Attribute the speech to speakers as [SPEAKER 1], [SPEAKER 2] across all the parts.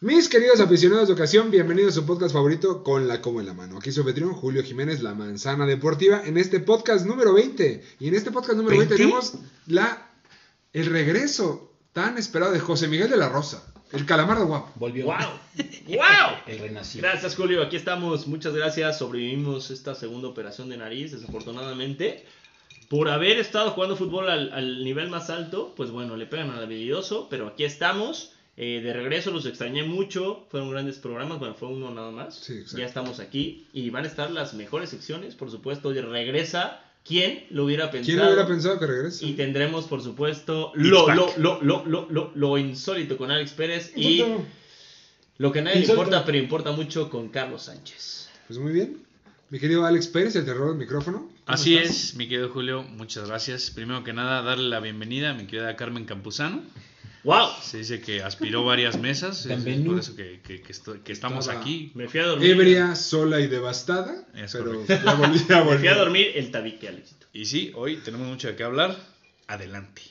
[SPEAKER 1] Mis queridos aficionados de ocasión, bienvenidos a su podcast favorito con la como en la mano. Aquí su anfitrión Julio Jiménez, La Manzana Deportiva, en este podcast número 20. Y en este podcast número 20,
[SPEAKER 2] ¿20?
[SPEAKER 1] tenemos la, el regreso tan esperado de José Miguel de la Rosa, el calamardo guapo.
[SPEAKER 3] Volvió.
[SPEAKER 2] ¡Wow! ¡Wow!
[SPEAKER 3] El renacido.
[SPEAKER 2] Gracias, Julio. Aquí estamos. Muchas gracias. Sobrevivimos esta segunda operación de nariz, desafortunadamente. Por haber estado jugando fútbol al, al nivel más alto, pues bueno, le pegan al habilidoso, pero aquí estamos. Eh, de regreso los extrañé mucho, fueron grandes programas, bueno, fue uno nada más.
[SPEAKER 1] Sí, exacto.
[SPEAKER 2] ya estamos aquí y van a estar las mejores secciones, por supuesto, de regresa. ¿Quién lo hubiera pensado?
[SPEAKER 1] ¿Quién hubiera pensado que regrese?
[SPEAKER 2] Y tendremos, por supuesto, lo, lo, lo, lo, lo, lo, lo insólito con Alex Pérez y lo que a nadie le
[SPEAKER 1] Insólito.
[SPEAKER 2] importa, pero importa mucho con Carlos Sánchez.
[SPEAKER 1] Pues muy bien. Mi querido Alex Pérez, el terror del micrófono.
[SPEAKER 4] Así es, mi querido Julio, muchas gracias. Primero que nada, darle la bienvenida a mi querida Carmen Campuzano.
[SPEAKER 2] ¡Wow!
[SPEAKER 4] Se dice que aspiró varias mesas, es- es
[SPEAKER 3] Bienvenido.
[SPEAKER 4] por eso que, que- que esto- que estamos
[SPEAKER 1] Estaba-
[SPEAKER 4] aquí.
[SPEAKER 2] Me fui a dormir.
[SPEAKER 1] Ebria, sola y devastada.
[SPEAKER 4] Es
[SPEAKER 1] pero
[SPEAKER 4] correcto.
[SPEAKER 1] ya volví, ya
[SPEAKER 2] Me
[SPEAKER 1] volví.
[SPEAKER 2] fui a dormir el tabique, Alexito.
[SPEAKER 4] Y sí, hoy tenemos mucho de qué hablar. Adelante.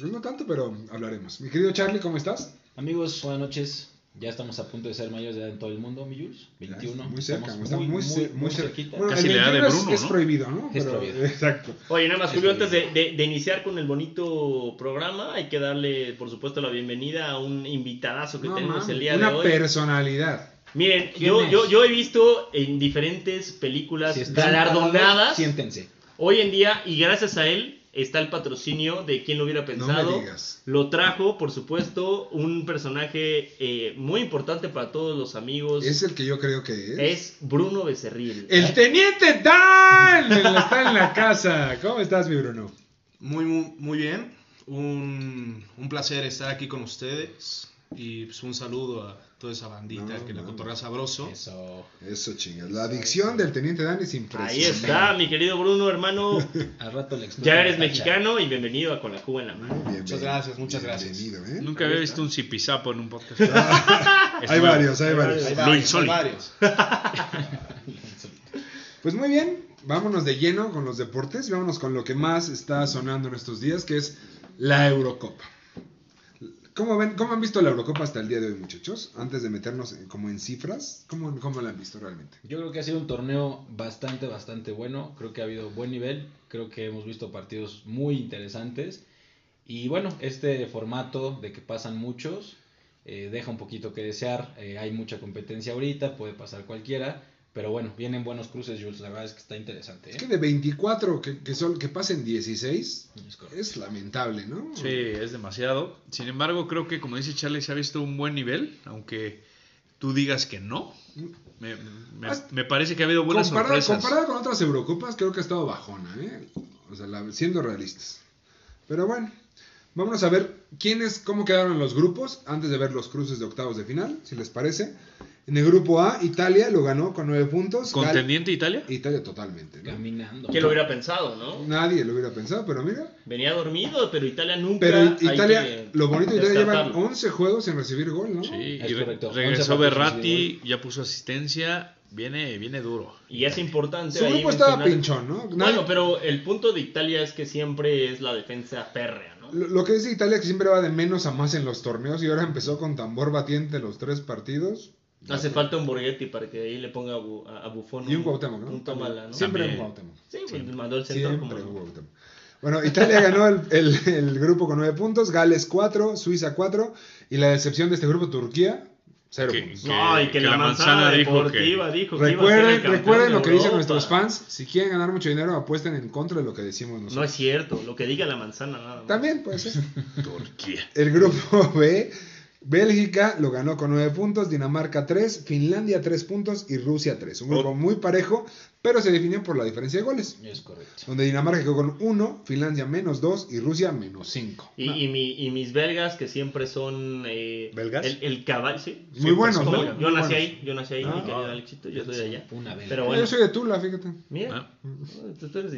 [SPEAKER 1] Pues no tanto, pero hablaremos. Mi querido Charlie, ¿cómo estás?
[SPEAKER 3] Amigos, buenas noches. Ya estamos a punto de ser mayores de edad en todo el mundo, mi Jules. 21.
[SPEAKER 1] Muy cerca,
[SPEAKER 3] Estamos
[SPEAKER 1] está muy, cer- muy cer-
[SPEAKER 3] cerquita.
[SPEAKER 1] Bueno,
[SPEAKER 4] Casi
[SPEAKER 1] el
[SPEAKER 4] la edad de
[SPEAKER 1] 21 es-
[SPEAKER 4] Bruno,
[SPEAKER 1] es,
[SPEAKER 4] ¿no?
[SPEAKER 1] prohibido, ¿no?
[SPEAKER 3] Es
[SPEAKER 1] Pero-
[SPEAKER 3] prohibido.
[SPEAKER 1] Exacto.
[SPEAKER 2] Oye, nada más,
[SPEAKER 3] Es
[SPEAKER 2] Julio,
[SPEAKER 3] muy
[SPEAKER 2] antes de, de- de iniciar con el bonito programa, hay que darle, por supuesto, la bienvenida a un invitadazo que
[SPEAKER 1] No,
[SPEAKER 2] tenemos
[SPEAKER 1] mames,
[SPEAKER 2] el día
[SPEAKER 1] una
[SPEAKER 2] de hoy.
[SPEAKER 1] personalidad.
[SPEAKER 2] Miren,
[SPEAKER 3] ¿Quién
[SPEAKER 2] yo,
[SPEAKER 3] es?
[SPEAKER 2] yo, yo he visto en diferentes películas
[SPEAKER 3] Si están parados,
[SPEAKER 2] galardonadas
[SPEAKER 3] Siéntense.
[SPEAKER 2] Hoy en día, y gracias a él, está el patrocinio de quien lo hubiera pensado.
[SPEAKER 1] No me digas.
[SPEAKER 2] Lo trajo, por supuesto, un personaje eh, muy importante para todos los amigos.
[SPEAKER 1] Es el que yo creo que es.
[SPEAKER 2] Es Bruno Becerril.
[SPEAKER 1] El teniente Dan está en la casa. ¿Cómo estás, mi Bruno?
[SPEAKER 5] Muy, muy, muy bien. Un, un placer estar aquí con ustedes. Y pues, un saludo a toda esa bandita
[SPEAKER 1] No,
[SPEAKER 5] que la
[SPEAKER 1] mames.
[SPEAKER 5] cotorrea sabroso.
[SPEAKER 3] Eso.
[SPEAKER 1] Eso, chingas. La adicción del teniente Dan es
[SPEAKER 2] Ahí
[SPEAKER 1] impresionante.
[SPEAKER 2] está, mi querido Bruno, hermano.
[SPEAKER 3] Al rato le exploto
[SPEAKER 2] Ya
[SPEAKER 3] la
[SPEAKER 2] eres
[SPEAKER 3] tacha.
[SPEAKER 2] mexicano y bienvenido a Con la Cuba en la mano.
[SPEAKER 1] Bienvenido,
[SPEAKER 5] Muchas gracias, muchas gracias.
[SPEAKER 1] bienvenido, ¿eh?
[SPEAKER 4] Nunca había visto un zipizapo en un podcast. Es
[SPEAKER 1] Hay
[SPEAKER 4] nuevo.
[SPEAKER 1] varios, hay varios.
[SPEAKER 5] Hay
[SPEAKER 4] Lo
[SPEAKER 5] varios, hay
[SPEAKER 4] insólito.
[SPEAKER 5] varios.
[SPEAKER 1] Pues muy bien, vámonos de lleno con los deportes y vámonos con lo que más está sonando en estos días, que es la Eurocopa. ¿Cómo, ven, ¿Cómo han visto la Eurocopa hasta el día de hoy, muchachos? Antes de meternos en- como en cifras, ¿cómo, ¿cómo la han visto realmente?
[SPEAKER 3] Yo creo que ha sido un torneo bastante, bastante bueno. Creo que ha habido buen nivel. Creo que hemos visto partidos muy interesantes. Y bueno, este formato de que pasan muchos eh, deja un poquito que desear. Eh, hay mucha competencia ahorita, puede pasar cualquiera. Pero bueno, vienen buenos cruces, Jules. La verdad es que está interesante. ¿eh?
[SPEAKER 1] Es que de 24 que, que, son, que pasen 16
[SPEAKER 3] Es correcto.
[SPEAKER 1] es lamentable, ¿no?
[SPEAKER 4] Sí, es demasiado. Sin embargo, creo que, como dice Charlie, se ha visto un buen nivel, aunque tú digas que no. Me, me-
[SPEAKER 1] Ah,
[SPEAKER 4] me parece que ha habido buenas
[SPEAKER 1] Comparado,
[SPEAKER 4] sorpresas.
[SPEAKER 1] comparado con otras Eurocopas, creo que ha estado bajona, ¿eh? O sea, la- siendo realistas. Pero bueno, vámonos a ver quiénes, cómo quedaron los grupos antes de ver los cruces de octavos de final, si les parece. En el grupo A, Italia lo ganó con 9 puntos. Gal-
[SPEAKER 4] ¿Contendiente Italia?
[SPEAKER 1] Italia totalmente, ¿no?
[SPEAKER 3] Caminando.
[SPEAKER 2] ¿Quién lo hubiera pensado, no?
[SPEAKER 1] Nadie lo hubiera pensado, pero mira.
[SPEAKER 2] Venía dormido, pero Italia nunca.
[SPEAKER 1] Pero
[SPEAKER 2] hay
[SPEAKER 1] Italia,
[SPEAKER 2] que
[SPEAKER 1] lo bonito de Italia, llevan
[SPEAKER 2] descartarlo.
[SPEAKER 1] 11 juegos sin recibir gol, ¿no?
[SPEAKER 4] Sí,
[SPEAKER 3] Es
[SPEAKER 4] y re-
[SPEAKER 3] correcto.
[SPEAKER 4] regresó
[SPEAKER 3] Once partidos sin
[SPEAKER 4] Berratti, ya puso asistencia, viene, viene duro.
[SPEAKER 2] Y es importante.
[SPEAKER 1] Su
[SPEAKER 2] ahí
[SPEAKER 1] grupo estaba
[SPEAKER 2] mencionar-
[SPEAKER 1] pinchón, ¿no? Nadie-
[SPEAKER 2] Bueno, pero el punto de Italia es que siempre es la defensa férrea, ¿no?
[SPEAKER 1] Lo, lo que dice Italia que siempre va de menos a más en los torneos y ahora empezó con tambor batiente los tres partidos.
[SPEAKER 2] Hace falta un Borghetti para que ahí le ponga a, Bu- a- a Buffon
[SPEAKER 1] Y un Cuauhtémoc, ¿no?
[SPEAKER 2] un Tómala, ¿no?
[SPEAKER 1] Siempre un
[SPEAKER 4] También.
[SPEAKER 1] Cuauhtémoc.
[SPEAKER 2] Sí, pues mandó el centro
[SPEAKER 1] Siempre un
[SPEAKER 2] como...
[SPEAKER 1] Cuauhtémoc. Bueno, Italia ganó el, el- el grupo con nueve puntos, Gales 4, Suiza 4 y la decepción de este grupo, Turquía, cero
[SPEAKER 4] Que-
[SPEAKER 1] puntos.
[SPEAKER 2] No, y que,
[SPEAKER 4] que
[SPEAKER 2] la,
[SPEAKER 4] la
[SPEAKER 2] manzana,
[SPEAKER 4] manzana dijo
[SPEAKER 2] deportiva dijo que iba a ser el
[SPEAKER 1] Recuerden,
[SPEAKER 2] campeón
[SPEAKER 1] recuerden
[SPEAKER 2] de
[SPEAKER 1] lo que dicen
[SPEAKER 2] Europa.
[SPEAKER 1] nuestros fans, si quieren ganar mucho dinero apuesten en contra de lo que decimos
[SPEAKER 2] No es
[SPEAKER 1] nosotros.
[SPEAKER 2] cierto, lo que diga la manzana nada más.
[SPEAKER 1] También puede ser.
[SPEAKER 4] Turquía.
[SPEAKER 1] El grupo B, Bélgica lo ganó con 9 puntos, Dinamarca 3, Finlandia 3 puntos y Rusia 3. Un grupo muy parejo, pero se definió por la diferencia de goles.
[SPEAKER 3] Es correcto.
[SPEAKER 1] Donde Dinamarca quedó con 1, Finlandia menos 2 y Rusia menos 5.
[SPEAKER 2] Y, y mi- y mis belgas, que siempre son. eh,
[SPEAKER 1] ¿Belgas?
[SPEAKER 2] El, el caballo, sí.
[SPEAKER 1] Muy
[SPEAKER 2] Siempre
[SPEAKER 1] buenos,
[SPEAKER 2] son-
[SPEAKER 1] ¿no?
[SPEAKER 2] Yo
[SPEAKER 1] Muy
[SPEAKER 2] nací
[SPEAKER 1] buenos.
[SPEAKER 2] ahí, yo nací ahí, mi
[SPEAKER 1] Ah.
[SPEAKER 2] querido Alexito, yo soy de allá.
[SPEAKER 3] Una vez.
[SPEAKER 2] Pero bueno,
[SPEAKER 1] Yo soy de Tula, fíjate.
[SPEAKER 2] mira,
[SPEAKER 4] Ah.
[SPEAKER 2] tú, tú eres de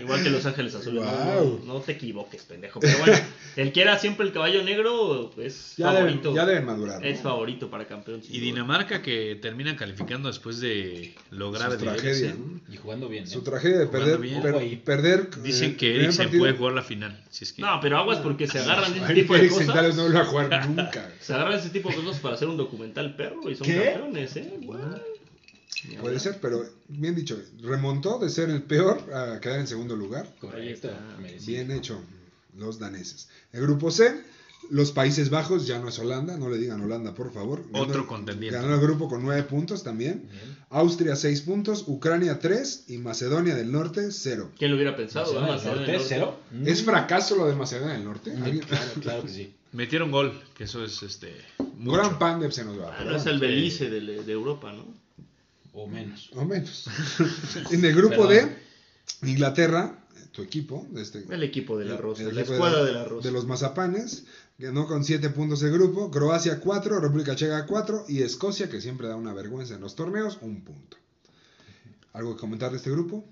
[SPEAKER 2] Igual que Los Ángeles Azules. no-
[SPEAKER 1] Guau.
[SPEAKER 2] No, no te equivoques, pendejo. Pero bueno, el que era siempre el caballo negro es
[SPEAKER 1] Ya deben,
[SPEAKER 2] favorito.
[SPEAKER 1] ya deben madurar. ¿no?
[SPEAKER 2] Es favorito para campeón. sin
[SPEAKER 4] Y
[SPEAKER 2] duda.
[SPEAKER 4] Dinamarca que termina calificando después de lograr
[SPEAKER 1] Su
[SPEAKER 4] el Ajax,
[SPEAKER 1] tragedia,
[SPEAKER 4] ¿eh?
[SPEAKER 1] ¿no?
[SPEAKER 3] Y jugando bien. ¿eh?
[SPEAKER 1] Su tragedia de
[SPEAKER 4] Jugando
[SPEAKER 1] perder.
[SPEAKER 4] bien.
[SPEAKER 1] per-
[SPEAKER 3] Ojo ahí.
[SPEAKER 1] perder eh,
[SPEAKER 4] Dicen que
[SPEAKER 1] primer
[SPEAKER 4] Eriksen
[SPEAKER 1] partido.
[SPEAKER 4] puede jugar la final. Si es que...
[SPEAKER 2] No, pero aguas porque se agarran de este
[SPEAKER 1] Eric-
[SPEAKER 2] tipo de
[SPEAKER 1] Eriksen tal vez
[SPEAKER 2] cosas.
[SPEAKER 1] no lo va a jugar nunca.
[SPEAKER 2] Se agarran ese tipo de cosas para hacer un documental perro y son
[SPEAKER 5] ¿Qué?
[SPEAKER 2] campeones, ¿eh?
[SPEAKER 1] Puede ser, pero bien dicho, remontó de ser el peor a quedar en segundo lugar.
[SPEAKER 3] Correcto.
[SPEAKER 2] Ahí está.
[SPEAKER 3] merecido.
[SPEAKER 1] Bien hecho, los daneses. El grupo C, los Países Bajos, ya no es Holanda, no le digan Holanda, por favor. Ganó-
[SPEAKER 4] Otro contendiente.
[SPEAKER 1] Ganó el grupo con nueve puntos también.
[SPEAKER 3] Bien.
[SPEAKER 1] Austria seis puntos, Ucrania tres y Macedonia del Norte cero.
[SPEAKER 2] ¿Quién lo hubiera pensado?
[SPEAKER 3] Macedonia
[SPEAKER 2] ¿verdad?
[SPEAKER 3] del
[SPEAKER 2] Macedonia
[SPEAKER 3] Norte,
[SPEAKER 2] del Norte.
[SPEAKER 3] cero.
[SPEAKER 1] ¿Es fracaso lo de Macedonia del Norte?
[SPEAKER 3] Mm,
[SPEAKER 1] ¿Alguien-
[SPEAKER 3] Claro, claro que sí.
[SPEAKER 4] Metieron gol, que eso es este. mucho.
[SPEAKER 1] Goran Pandev se nos va.
[SPEAKER 2] Ah,
[SPEAKER 1] pero
[SPEAKER 2] no es
[SPEAKER 1] bueno,
[SPEAKER 2] el Belice de, de Europa, ¿no?
[SPEAKER 3] O menos.
[SPEAKER 1] O menos. en el grupo
[SPEAKER 3] Perdón.
[SPEAKER 1] D, Inglaterra, tu equipo, de este,
[SPEAKER 2] El equipo de la Rosa,
[SPEAKER 1] El
[SPEAKER 2] la
[SPEAKER 1] equipo
[SPEAKER 2] escuadra
[SPEAKER 1] la-
[SPEAKER 2] de la Rosa.
[SPEAKER 1] de los mazapanes, ganó con 7 puntos el grupo, Croacia 4, República Checa 4 y Escocia, que siempre da una vergüenza en los torneos, un punto. ¿Algo que comentar de este grupo?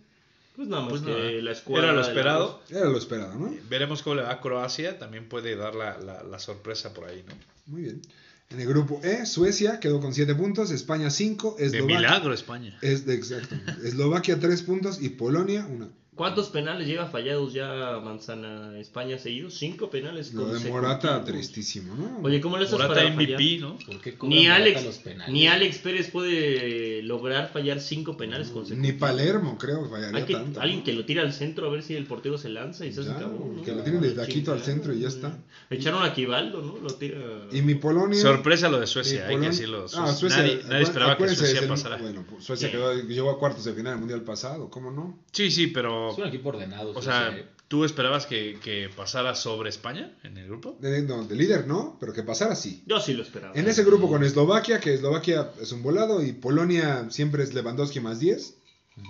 [SPEAKER 2] Pues nada más
[SPEAKER 4] Pues
[SPEAKER 2] que
[SPEAKER 4] nada.
[SPEAKER 2] la escuadra.
[SPEAKER 4] Era lo
[SPEAKER 2] de la
[SPEAKER 4] esperado.
[SPEAKER 2] Rosa.
[SPEAKER 1] Era lo esperado, ¿no?
[SPEAKER 4] Veremos cómo le va a Croacia. También puede dar la, la- la sorpresa por ahí, ¿no?
[SPEAKER 1] Muy bien. En el grupo E, Suecia quedó con 7 puntos, España 5,
[SPEAKER 4] De
[SPEAKER 1] Eslovaquia,
[SPEAKER 4] milagro, España.
[SPEAKER 1] es de- exacto, Eslovaquia 3 puntos y Polonia 1.
[SPEAKER 2] ¿Cuántos penales lleva fallados ya Manzana España seguidos? Cinco penales
[SPEAKER 1] Lo de
[SPEAKER 2] consecutivos.
[SPEAKER 1] Morata tristísimo, ¿no?
[SPEAKER 2] Oye, ¿cómo le haces
[SPEAKER 4] Morata
[SPEAKER 2] para
[SPEAKER 4] MVP,
[SPEAKER 2] fallar?
[SPEAKER 4] ¿no?
[SPEAKER 3] ¿Por qué cobran
[SPEAKER 2] Ni
[SPEAKER 3] barata
[SPEAKER 2] Alex,
[SPEAKER 3] penales?
[SPEAKER 2] ni Alex Pérez puede lograr fallar cinco penales
[SPEAKER 1] Ni
[SPEAKER 2] consecutivos.
[SPEAKER 1] Palermo creo que
[SPEAKER 2] Hay
[SPEAKER 1] fallaría
[SPEAKER 2] que-
[SPEAKER 1] tanto.
[SPEAKER 2] alguien que lo tira al centro a ver si el portero se lanza y se hace
[SPEAKER 1] Ya,
[SPEAKER 2] cabrón, ¿no?
[SPEAKER 1] que lo tiren de
[SPEAKER 2] Ah,
[SPEAKER 1] taquito al
[SPEAKER 2] chingada,
[SPEAKER 1] centro y ya
[SPEAKER 2] güey.
[SPEAKER 1] está.
[SPEAKER 2] Echaron a Quivaldo, ¿no? Lo tira.
[SPEAKER 1] Y mi Polonia...
[SPEAKER 4] Sorpresa lo de Suecia,
[SPEAKER 1] Sí,
[SPEAKER 4] hay que
[SPEAKER 1] Polonia-
[SPEAKER 4] decirlo.
[SPEAKER 1] Ah,
[SPEAKER 4] Suecia-
[SPEAKER 1] Suecia,
[SPEAKER 4] nadie, nadie
[SPEAKER 1] acu-
[SPEAKER 4] esperaba que
[SPEAKER 1] acuérdense, es
[SPEAKER 4] Suecia
[SPEAKER 1] el-
[SPEAKER 4] pasara.
[SPEAKER 1] Bueno, pues, Suecia
[SPEAKER 2] Sí.
[SPEAKER 1] quedó- llegó a cuartos de final del mundial pasado, ¿cómo no?
[SPEAKER 4] Sí, sí, pero.
[SPEAKER 3] Es un equipo ordenado.
[SPEAKER 4] O
[SPEAKER 3] sí,
[SPEAKER 4] sea,
[SPEAKER 3] sí, ¿eh?
[SPEAKER 4] ¿tú esperabas que, que pasara sobre España en el grupo?
[SPEAKER 1] De, no, de líder no, pero que pasara sí.
[SPEAKER 2] Yo sí lo esperaba.
[SPEAKER 1] En ese grupo con Eslovaquia, que Eslovaquia es un volado y Polonia siempre es Lewandowski más 10.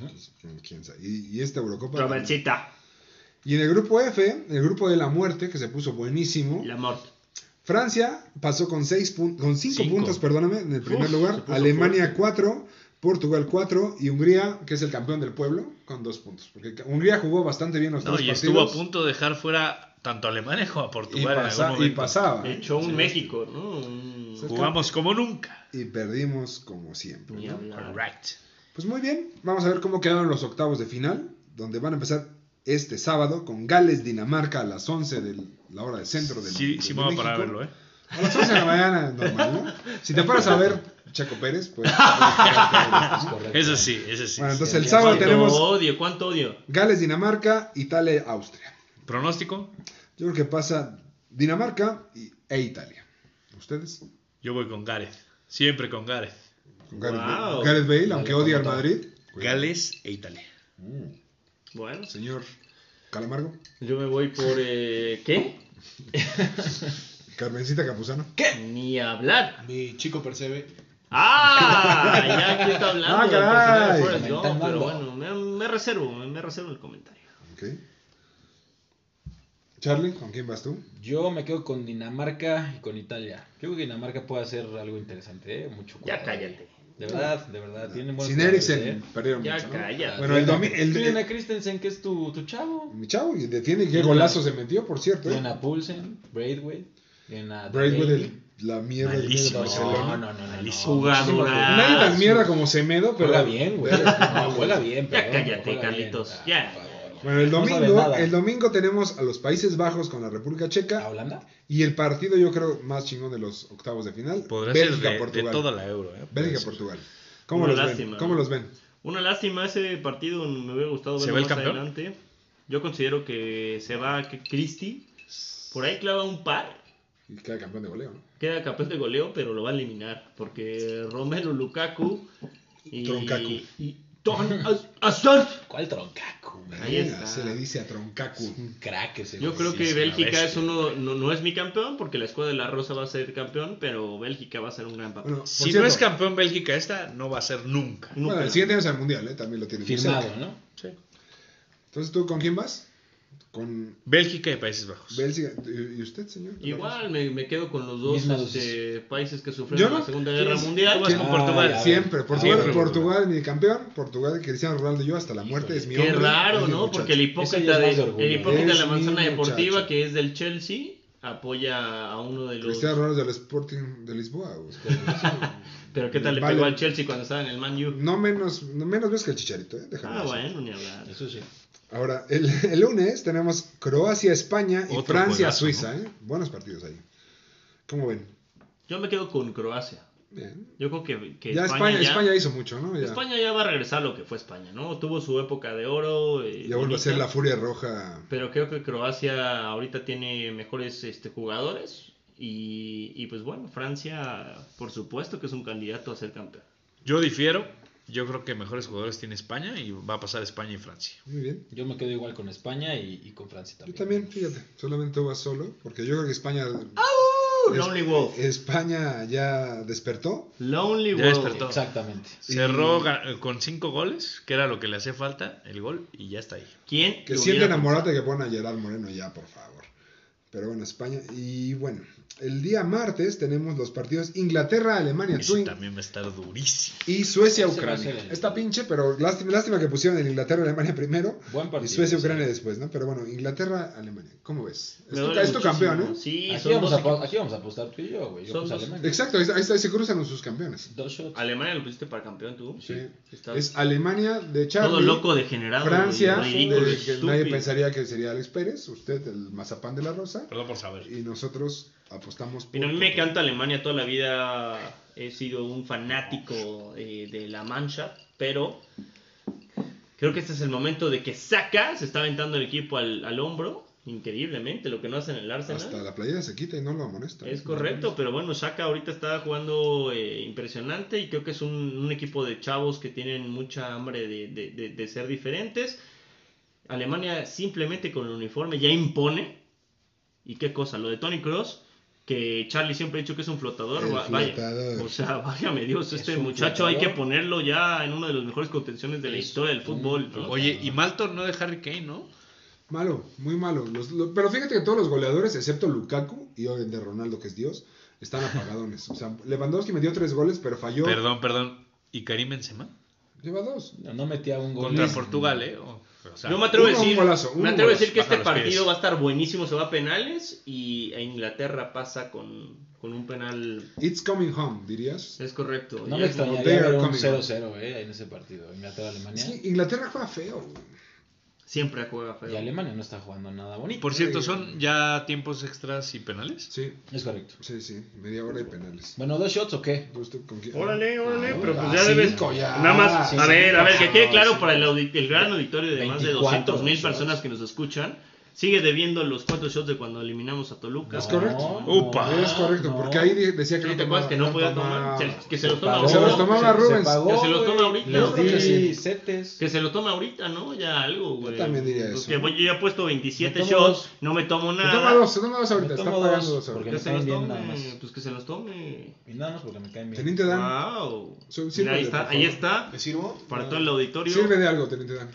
[SPEAKER 1] Pues, quién sabe. Y, y esta Eurocopa.
[SPEAKER 2] Robertcita,
[SPEAKER 1] Y en el grupo F, el grupo de la muerte, que se puso buenísimo.
[SPEAKER 2] la muerte.
[SPEAKER 1] Francia pasó con 5 con cinco
[SPEAKER 4] Cinco.
[SPEAKER 1] puntos, perdóname, en el primer
[SPEAKER 2] Uf, se
[SPEAKER 1] lugar.
[SPEAKER 2] puso
[SPEAKER 1] Alemania
[SPEAKER 2] fuerte.
[SPEAKER 1] 4, Portugal 4 y Hungría, que es el campeón del pueblo, con 2 puntos. Porque Hungría jugó bastante bien los
[SPEAKER 4] No,
[SPEAKER 1] tres
[SPEAKER 4] y
[SPEAKER 1] partidos.
[SPEAKER 4] estuvo a punto de dejar fuera tanto a Alemania como a
[SPEAKER 1] y,
[SPEAKER 4] Portugal en
[SPEAKER 1] pasa-
[SPEAKER 4] algún
[SPEAKER 1] y
[SPEAKER 4] momento.
[SPEAKER 1] pasaba. ¿eh?
[SPEAKER 2] Echó un México, ¿no? Un-
[SPEAKER 1] Sí.
[SPEAKER 4] Jugamos como nunca.
[SPEAKER 1] Y perdimos como siempre.
[SPEAKER 2] Ni
[SPEAKER 1] ¿no?
[SPEAKER 2] hablar.
[SPEAKER 4] Correct.
[SPEAKER 1] Pues muy bien, vamos a ver cómo quedaron los octavos de final, donde van a empezar este sábado con Gales, Dinamarca a las 11 de la hora del centro del
[SPEAKER 4] Sí, sí me voy a parar a verlo, ¿eh?
[SPEAKER 1] A las 11 de la mañana, normal, ¿no? Si te paras a ver Chaco Pérez, pues...
[SPEAKER 3] Es correcto.
[SPEAKER 4] Eso sí, eso sí.
[SPEAKER 1] Bueno, entonces
[SPEAKER 3] sí.
[SPEAKER 1] el sábado
[SPEAKER 2] ¿Cuánto
[SPEAKER 1] tenemos
[SPEAKER 2] odio? ¿Cuánto odio?
[SPEAKER 1] Gales, Dinamarca, Italia, Austria.
[SPEAKER 4] ¿Pronóstico?
[SPEAKER 1] Yo creo que pasa Dinamarca y- e Italia. ¿Ustedes?
[SPEAKER 4] Yo voy con Gareth. Siempre con Gareth.
[SPEAKER 1] Con Gareth,
[SPEAKER 2] Wow.
[SPEAKER 1] Bale, Gareth Bale, aunque odia al Madrid.
[SPEAKER 4] Gales e Italia.
[SPEAKER 2] Bueno,
[SPEAKER 1] Señor Calamargo,
[SPEAKER 2] yo me voy por. eh, ¿Qué?
[SPEAKER 1] Carmencita Capuzano.
[SPEAKER 2] Ni hablar.
[SPEAKER 5] Mi chico percebe.
[SPEAKER 2] ¡Ah! Ya aquí está hablando.
[SPEAKER 1] Ah,
[SPEAKER 2] del personaje de
[SPEAKER 1] caray.
[SPEAKER 2] Forrest Gump, pero
[SPEAKER 3] Comentando.
[SPEAKER 2] bueno, me, me reservo, me, me reservo el comentario.
[SPEAKER 1] Ok. Charlie, ¿con quién vas tú?
[SPEAKER 3] Yo me quedo con Dinamarca y con Italia. Yo creo que Dinamarca puede hacer algo interesante, ¿eh? Mucho cuidado.
[SPEAKER 2] cállate.
[SPEAKER 3] De verdad, de verdad. Tienen buenos
[SPEAKER 1] Sin
[SPEAKER 3] jugadores,
[SPEAKER 1] Eriksen,
[SPEAKER 3] ¿eh?
[SPEAKER 1] perdieron
[SPEAKER 2] Ya
[SPEAKER 1] mucho, ¿no?
[SPEAKER 2] calla.
[SPEAKER 1] Bueno, el domi- el-
[SPEAKER 3] Tienen a Christensen, que es tu, tu chavo.
[SPEAKER 1] Mi chavo, y defiende qué golazo se metió, por cierto. ¿eh?
[SPEAKER 3] Tienen a Pulsen, Braithwaite. Tienen a.
[SPEAKER 1] Braithwaite,
[SPEAKER 3] Delaney.
[SPEAKER 1] el- la mierda del
[SPEAKER 4] Malísimo.
[SPEAKER 3] No, no, no,
[SPEAKER 1] Barcelona.
[SPEAKER 3] no, no.
[SPEAKER 4] Malísimo.
[SPEAKER 2] Jugadora.
[SPEAKER 1] Nadie tan mierda como Semedo, pero...
[SPEAKER 3] Juega bien, güey. No, juega bien,
[SPEAKER 2] Ya
[SPEAKER 3] perdón,
[SPEAKER 2] cállate,
[SPEAKER 3] juega bien.
[SPEAKER 2] Carlitos,
[SPEAKER 3] Ah,
[SPEAKER 2] ya.
[SPEAKER 3] por favor.
[SPEAKER 1] Bueno, el
[SPEAKER 3] No sabe
[SPEAKER 1] domingo,
[SPEAKER 3] nada.
[SPEAKER 1] el domingo tenemos a los Países Bajos con la República
[SPEAKER 3] ¿A
[SPEAKER 1] Checa
[SPEAKER 3] Holanda?
[SPEAKER 1] y el partido yo creo más chingón de los octavos de final.
[SPEAKER 4] Podría ser de- de,
[SPEAKER 1] Bélgica-Portugal.
[SPEAKER 4] toda la euro, ¿eh? Puede ser.
[SPEAKER 1] Bélgica-Portugal. ¿Cómo,
[SPEAKER 2] Una
[SPEAKER 1] los ven?
[SPEAKER 2] lástima.
[SPEAKER 1] ¿Cómo los ven?
[SPEAKER 2] Una lástima ese partido, me hubiera gustado
[SPEAKER 4] ¿Se
[SPEAKER 2] verlo
[SPEAKER 4] va el
[SPEAKER 2] más
[SPEAKER 4] campeón?
[SPEAKER 2] adelante. Yo considero que se va que Christie. Por ahí clava un par,
[SPEAKER 1] Y queda campeón de goleo, ¿no?
[SPEAKER 2] queda campeón de goleo, pero lo va a eliminar. Porque Romelu Lukaku y,
[SPEAKER 1] Troncacu.
[SPEAKER 2] y Don As- Assad.
[SPEAKER 3] ¿Cuál troncaco, güey?
[SPEAKER 2] Ahí
[SPEAKER 1] Venga,
[SPEAKER 2] está.
[SPEAKER 1] se le dice a Troncacu.
[SPEAKER 3] Un crack ese
[SPEAKER 2] Yo
[SPEAKER 3] güey.
[SPEAKER 2] creo
[SPEAKER 3] Sí,
[SPEAKER 2] que
[SPEAKER 3] sí,
[SPEAKER 2] Bélgica
[SPEAKER 4] bestia,
[SPEAKER 2] es uno, no, no es mi campeón porque la escuadra de la Rosa va a ser campeón, pero Bélgica va a ser un gran papel.
[SPEAKER 1] Bueno, por
[SPEAKER 4] Si no
[SPEAKER 1] cierto,
[SPEAKER 4] es campeón Bélgica esta, no va a ser nunca.
[SPEAKER 2] Nunca.
[SPEAKER 1] bueno, el siguiente año es al mundial, ¿eh? También lo tiene muy
[SPEAKER 3] Firmado,
[SPEAKER 1] cerca.
[SPEAKER 3] ¿no?
[SPEAKER 1] Entonces, ¿tú con quién vas? Con
[SPEAKER 4] Bélgica y Países
[SPEAKER 3] Pues,
[SPEAKER 4] Bajos.
[SPEAKER 1] Bélgica. ¿Y y usted, señor?
[SPEAKER 2] Igual me, me quedo con los dos
[SPEAKER 3] Mismos.
[SPEAKER 2] este, países que
[SPEAKER 1] Yo
[SPEAKER 2] sufrieron
[SPEAKER 1] no-
[SPEAKER 2] la Segunda Guerra
[SPEAKER 4] ¿Quién-
[SPEAKER 2] Mundial.
[SPEAKER 4] ¿Cómo vas
[SPEAKER 3] Ah,
[SPEAKER 4] con
[SPEAKER 3] ya,
[SPEAKER 4] Portugal?
[SPEAKER 3] ya.
[SPEAKER 1] Siempre, Portugal,
[SPEAKER 4] Siempre,
[SPEAKER 1] Portugal, mi campeón. Portugal, Cristiano Ronaldo, yo hasta la muerte es mi
[SPEAKER 2] Qué
[SPEAKER 1] hombre.
[SPEAKER 2] raro,
[SPEAKER 1] es mi
[SPEAKER 2] ¿no?
[SPEAKER 1] muchacho.
[SPEAKER 2] Porque el
[SPEAKER 3] Eso ya
[SPEAKER 2] hipócrita
[SPEAKER 3] es
[SPEAKER 2] de,
[SPEAKER 3] más de orgullo.
[SPEAKER 2] el hipócrita de la
[SPEAKER 1] Es
[SPEAKER 2] manzana
[SPEAKER 1] mi
[SPEAKER 2] deportiva
[SPEAKER 1] muchacho.
[SPEAKER 2] que es del Chelsea apoya a uno de los.
[SPEAKER 1] Cristiano Ronaldo del Sporting de Lisboa. güey.
[SPEAKER 2] Pero qué tal le
[SPEAKER 1] Vale.
[SPEAKER 2] pegó al Chelsea cuando estaba en el Man U.
[SPEAKER 1] No menos, no menos ves que el Chicharito, ¿eh? Déjame
[SPEAKER 2] Ah,
[SPEAKER 1] decir.
[SPEAKER 2] bueno, ni hablar.
[SPEAKER 3] Eso sí.
[SPEAKER 1] Ahora, el, el lunes tenemos Croacia, España y
[SPEAKER 4] Otro
[SPEAKER 1] Francia,
[SPEAKER 4] juegazo,
[SPEAKER 1] Suiza, ¿eh? Buenos partidos ahí. ¿Cómo ven?
[SPEAKER 2] Yo me quedo con Croacia.
[SPEAKER 1] Bien.
[SPEAKER 2] Yo creo que, que
[SPEAKER 1] ya España,
[SPEAKER 2] ya-
[SPEAKER 1] España hizo mucho, ¿no? Ya,
[SPEAKER 2] España ya va a regresar lo que fue España, ¿no? Tuvo su época de oro. eh,
[SPEAKER 1] ya vuelve a
[SPEAKER 2] bonita,
[SPEAKER 1] ser la furia roja.
[SPEAKER 2] Pero creo que Croacia ahorita tiene mejores este, jugadores. Y, y pues bueno, Francia, por supuesto que es un candidato a ser campeón.
[SPEAKER 4] Yo difiero. Yo creo que mejores jugadores tiene España y va a pasar España y Francia.
[SPEAKER 1] Muy bien.
[SPEAKER 3] Yo me quedo igual con España y, y con Francia
[SPEAKER 1] Yo
[SPEAKER 3] también.
[SPEAKER 1] también, fíjate, solamente vas solo, porque yo creo que España...
[SPEAKER 2] Uh, Lonely
[SPEAKER 1] Es- eh,
[SPEAKER 2] Wolf.
[SPEAKER 1] España ya despertó.
[SPEAKER 2] Lonely
[SPEAKER 4] Ya
[SPEAKER 2] Wolf.
[SPEAKER 4] despertó.
[SPEAKER 3] Exactamente.
[SPEAKER 4] Cerró ga- con cinco goles, que era lo que le hacía falta, el gol, y ya está ahí.
[SPEAKER 2] ¿Quién?
[SPEAKER 1] Que
[SPEAKER 2] lo
[SPEAKER 1] siente
[SPEAKER 2] hubiera
[SPEAKER 1] enamorado que ponen a Gerard Moreno ya, por favor. Pero bueno, España. Y bueno, el día martes tenemos los partidos Inglaterra, Alemania,
[SPEAKER 4] Eso
[SPEAKER 1] Twin
[SPEAKER 4] también va a estar durísimo.
[SPEAKER 1] y Suecia,
[SPEAKER 3] Ese va a
[SPEAKER 1] Ucrania.
[SPEAKER 3] ser el-
[SPEAKER 1] Está pinche, pero lástima, lástima que pusieron el Inglaterra, Alemania primero.
[SPEAKER 3] Buen partido,
[SPEAKER 1] y Suecia,
[SPEAKER 3] sí.
[SPEAKER 1] Ucrania después, ¿no? Pero bueno, Inglaterra, Alemania. ¿Cómo ves?
[SPEAKER 2] Me
[SPEAKER 1] Es tu,
[SPEAKER 2] duele
[SPEAKER 1] es tu
[SPEAKER 2] muchísimo.
[SPEAKER 1] campeón, ¿eh?
[SPEAKER 2] Sí,
[SPEAKER 3] Aquí
[SPEAKER 2] son
[SPEAKER 3] vamos,
[SPEAKER 2] dos
[SPEAKER 3] a, apo-
[SPEAKER 2] equipos.
[SPEAKER 3] aquí vamos a apostar tú y yo, güey. Yo
[SPEAKER 2] Son
[SPEAKER 3] puse
[SPEAKER 2] dos-
[SPEAKER 3] Alemania.
[SPEAKER 1] Exacto, ahí, ahí se cruzan sus campeones.
[SPEAKER 3] Dos shots.
[SPEAKER 2] Alemania lo pusiste para campeón tú.
[SPEAKER 1] Sí.
[SPEAKER 2] Está
[SPEAKER 1] Es Alemania de Charlie.
[SPEAKER 2] todo loco degenerado.
[SPEAKER 1] Francia,
[SPEAKER 2] güey,
[SPEAKER 1] de-
[SPEAKER 2] ridículo,
[SPEAKER 1] que nadie
[SPEAKER 2] estúpido.
[SPEAKER 1] pensaría que sería Alex Pérez, usted el mazapán de la rosa.
[SPEAKER 4] Perdón por saber.
[SPEAKER 1] Y nosotros apostamos por.
[SPEAKER 2] Mira, a mí me encanta Alemania, toda la vida he sido un fanático eh, de la mancha, pero creo que este es el momento de que saca, se está aventando el equipo al, al hombro, increíblemente, lo que no hacen en el Arsenal.
[SPEAKER 1] Hasta la playera se quita y no lo amonesta.
[SPEAKER 2] Es correcto, pero bueno, Saka ahorita está jugando eh, impresionante y creo que es un, un equipo de chavos que tienen mucha hambre de, de- de- de ser diferentes. Alemania simplemente con el uniforme ya impone. ¿Y qué cosa? Lo de Tony Cross, que Charlie siempre ha dicho que es un flotador.
[SPEAKER 1] El
[SPEAKER 2] va- vaya,
[SPEAKER 1] flotador.
[SPEAKER 2] o sea, válgame Dios,
[SPEAKER 3] Es
[SPEAKER 2] este
[SPEAKER 3] un
[SPEAKER 2] muchacho hay que
[SPEAKER 3] flotador.
[SPEAKER 2] ponerlo ya en uno de los mejores contenciones de la
[SPEAKER 3] Es
[SPEAKER 2] historia del fútbol. ¿no?
[SPEAKER 4] Oye, y mal torneo de Harry Kane, ¿no?
[SPEAKER 1] Malo, muy malo. Los- lo- pero fíjate que todos los goleadores, excepto Lukaku y obviamente Ronaldo, que es Dios, están apagadones. O sea, Lewandowski metió tres goles, pero falló.
[SPEAKER 4] Perdón, perdón. ¿Y Karim Benzema?
[SPEAKER 1] Lleva dos.
[SPEAKER 3] No, no metía un gol.
[SPEAKER 4] Contra
[SPEAKER 3] Ni-
[SPEAKER 4] Portugal, ¿eh? O- o sea,
[SPEAKER 2] Yo me atrevo a
[SPEAKER 1] uno, un
[SPEAKER 2] decir,
[SPEAKER 1] golazo,
[SPEAKER 2] me
[SPEAKER 1] uno,
[SPEAKER 2] atrevo a
[SPEAKER 1] un
[SPEAKER 2] decir que
[SPEAKER 4] golazo.
[SPEAKER 2] este
[SPEAKER 4] Baja los
[SPEAKER 2] partido
[SPEAKER 4] pies.
[SPEAKER 2] va a estar buenísimo, se va a penales y a Inglaterra pasa con, con un penal.
[SPEAKER 1] It's coming home, dirías.
[SPEAKER 2] Es correcto.
[SPEAKER 3] No
[SPEAKER 2] Ya
[SPEAKER 3] me
[SPEAKER 2] es como-
[SPEAKER 1] They
[SPEAKER 3] extrañaría
[SPEAKER 1] are
[SPEAKER 3] ver un
[SPEAKER 1] coming.
[SPEAKER 3] 0-0, eh, en ese partido. Inglaterra-Alemania.
[SPEAKER 1] Es que Inglaterra juega feo. güey.
[SPEAKER 2] Siempre juega
[SPEAKER 3] Y
[SPEAKER 2] feo.
[SPEAKER 3] Alemania no está jugando nada bonito.
[SPEAKER 4] Por cierto, ¿son ya tiempos extras y penales?
[SPEAKER 1] Sí,
[SPEAKER 3] Es correcto.
[SPEAKER 1] sí, sí. Media hora y penales.
[SPEAKER 3] Bueno, ¿dos shots o qué?
[SPEAKER 1] ¿Tú, tú, con quién?
[SPEAKER 2] Órale, órale, pero pues
[SPEAKER 1] ah,
[SPEAKER 2] ya debes.
[SPEAKER 1] cinco, ya.
[SPEAKER 2] Nada más,
[SPEAKER 3] Sí,
[SPEAKER 2] a ver, a ver, que quede
[SPEAKER 3] no,
[SPEAKER 2] claro
[SPEAKER 3] sí.
[SPEAKER 2] para el, audi- el gran auditorio de más de
[SPEAKER 3] 24
[SPEAKER 2] 200 mil
[SPEAKER 3] shots.
[SPEAKER 2] personas que nos escuchan. Sigue debiendo los cuatro shots de cuando eliminamos a Toluca.
[SPEAKER 1] Es correcto.
[SPEAKER 4] Upa.
[SPEAKER 1] Es correcto,
[SPEAKER 3] Ah, no.
[SPEAKER 1] porque ahí de- decía que
[SPEAKER 2] Sí,
[SPEAKER 1] no
[SPEAKER 2] te
[SPEAKER 1] tomaba.
[SPEAKER 2] acuerdas que no podía
[SPEAKER 1] tomaba.
[SPEAKER 2] tomar? Se- que se los toma
[SPEAKER 3] pagó.
[SPEAKER 1] Se los
[SPEAKER 2] ahorita.
[SPEAKER 1] tomaba Rubens.
[SPEAKER 3] pagó,
[SPEAKER 2] Que se los toma
[SPEAKER 3] güey.
[SPEAKER 2] ahorita,
[SPEAKER 3] Les
[SPEAKER 2] ¿no?
[SPEAKER 3] di
[SPEAKER 1] Sí.
[SPEAKER 3] setes.
[SPEAKER 2] Que se lo toma ahorita, ¿no? Ya algo, güey.
[SPEAKER 1] también diría
[SPEAKER 2] Pues
[SPEAKER 1] eso.
[SPEAKER 2] que voy- yo ya he puesto 27
[SPEAKER 3] Me
[SPEAKER 2] shots,
[SPEAKER 3] tomo dos.
[SPEAKER 2] no me tomo
[SPEAKER 1] Se
[SPEAKER 2] nada.
[SPEAKER 1] toma dos, se toma dos ahorita.
[SPEAKER 3] Me
[SPEAKER 1] Está
[SPEAKER 3] tomo
[SPEAKER 1] pagando
[SPEAKER 3] dos,
[SPEAKER 1] dos ahorita.
[SPEAKER 3] porque
[SPEAKER 2] Que
[SPEAKER 3] me
[SPEAKER 2] se los
[SPEAKER 3] caen bien
[SPEAKER 2] tome.
[SPEAKER 3] nada más.
[SPEAKER 2] Pues que se los tome.
[SPEAKER 3] Y nada más porque me caen bien.
[SPEAKER 1] Teniente Dan.
[SPEAKER 2] Wow.
[SPEAKER 1] Sí,
[SPEAKER 2] Mira,
[SPEAKER 1] sírvele,
[SPEAKER 2] ahí está,
[SPEAKER 1] por
[SPEAKER 2] ahí
[SPEAKER 1] favor.
[SPEAKER 2] está.
[SPEAKER 5] ¿Me sirvo?
[SPEAKER 2] Para todo el auditorio.
[SPEAKER 1] Sirve de algo, Teniente Dan.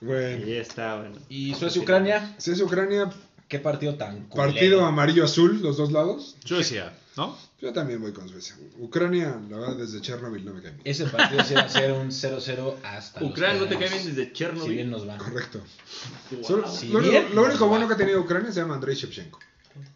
[SPEAKER 1] Bueno.
[SPEAKER 2] Ahí está, bueno.
[SPEAKER 3] Y Suecia-Ucrania,
[SPEAKER 1] Si es Ucrania,
[SPEAKER 3] qué partido tan culero.
[SPEAKER 1] partido amarillo-azul, los dos lados.
[SPEAKER 4] Suecia, ¿no?
[SPEAKER 1] Yo también voy con Suecia. Ucrania, la verdad, desde Chernobyl no me cae bien.
[SPEAKER 3] Ese partido sí va a ser un 0-0 hasta los
[SPEAKER 2] Ucrania no te cae
[SPEAKER 3] penales.
[SPEAKER 2] bien desde Chernobyl.
[SPEAKER 3] Si bien nos van.
[SPEAKER 1] Correcto.
[SPEAKER 2] Wow.
[SPEAKER 1] Solo-
[SPEAKER 3] Sí,
[SPEAKER 1] lo, único,
[SPEAKER 3] bien.
[SPEAKER 1] lo único bueno que ha tenido Ucrania se llama Andrei Shevchenko.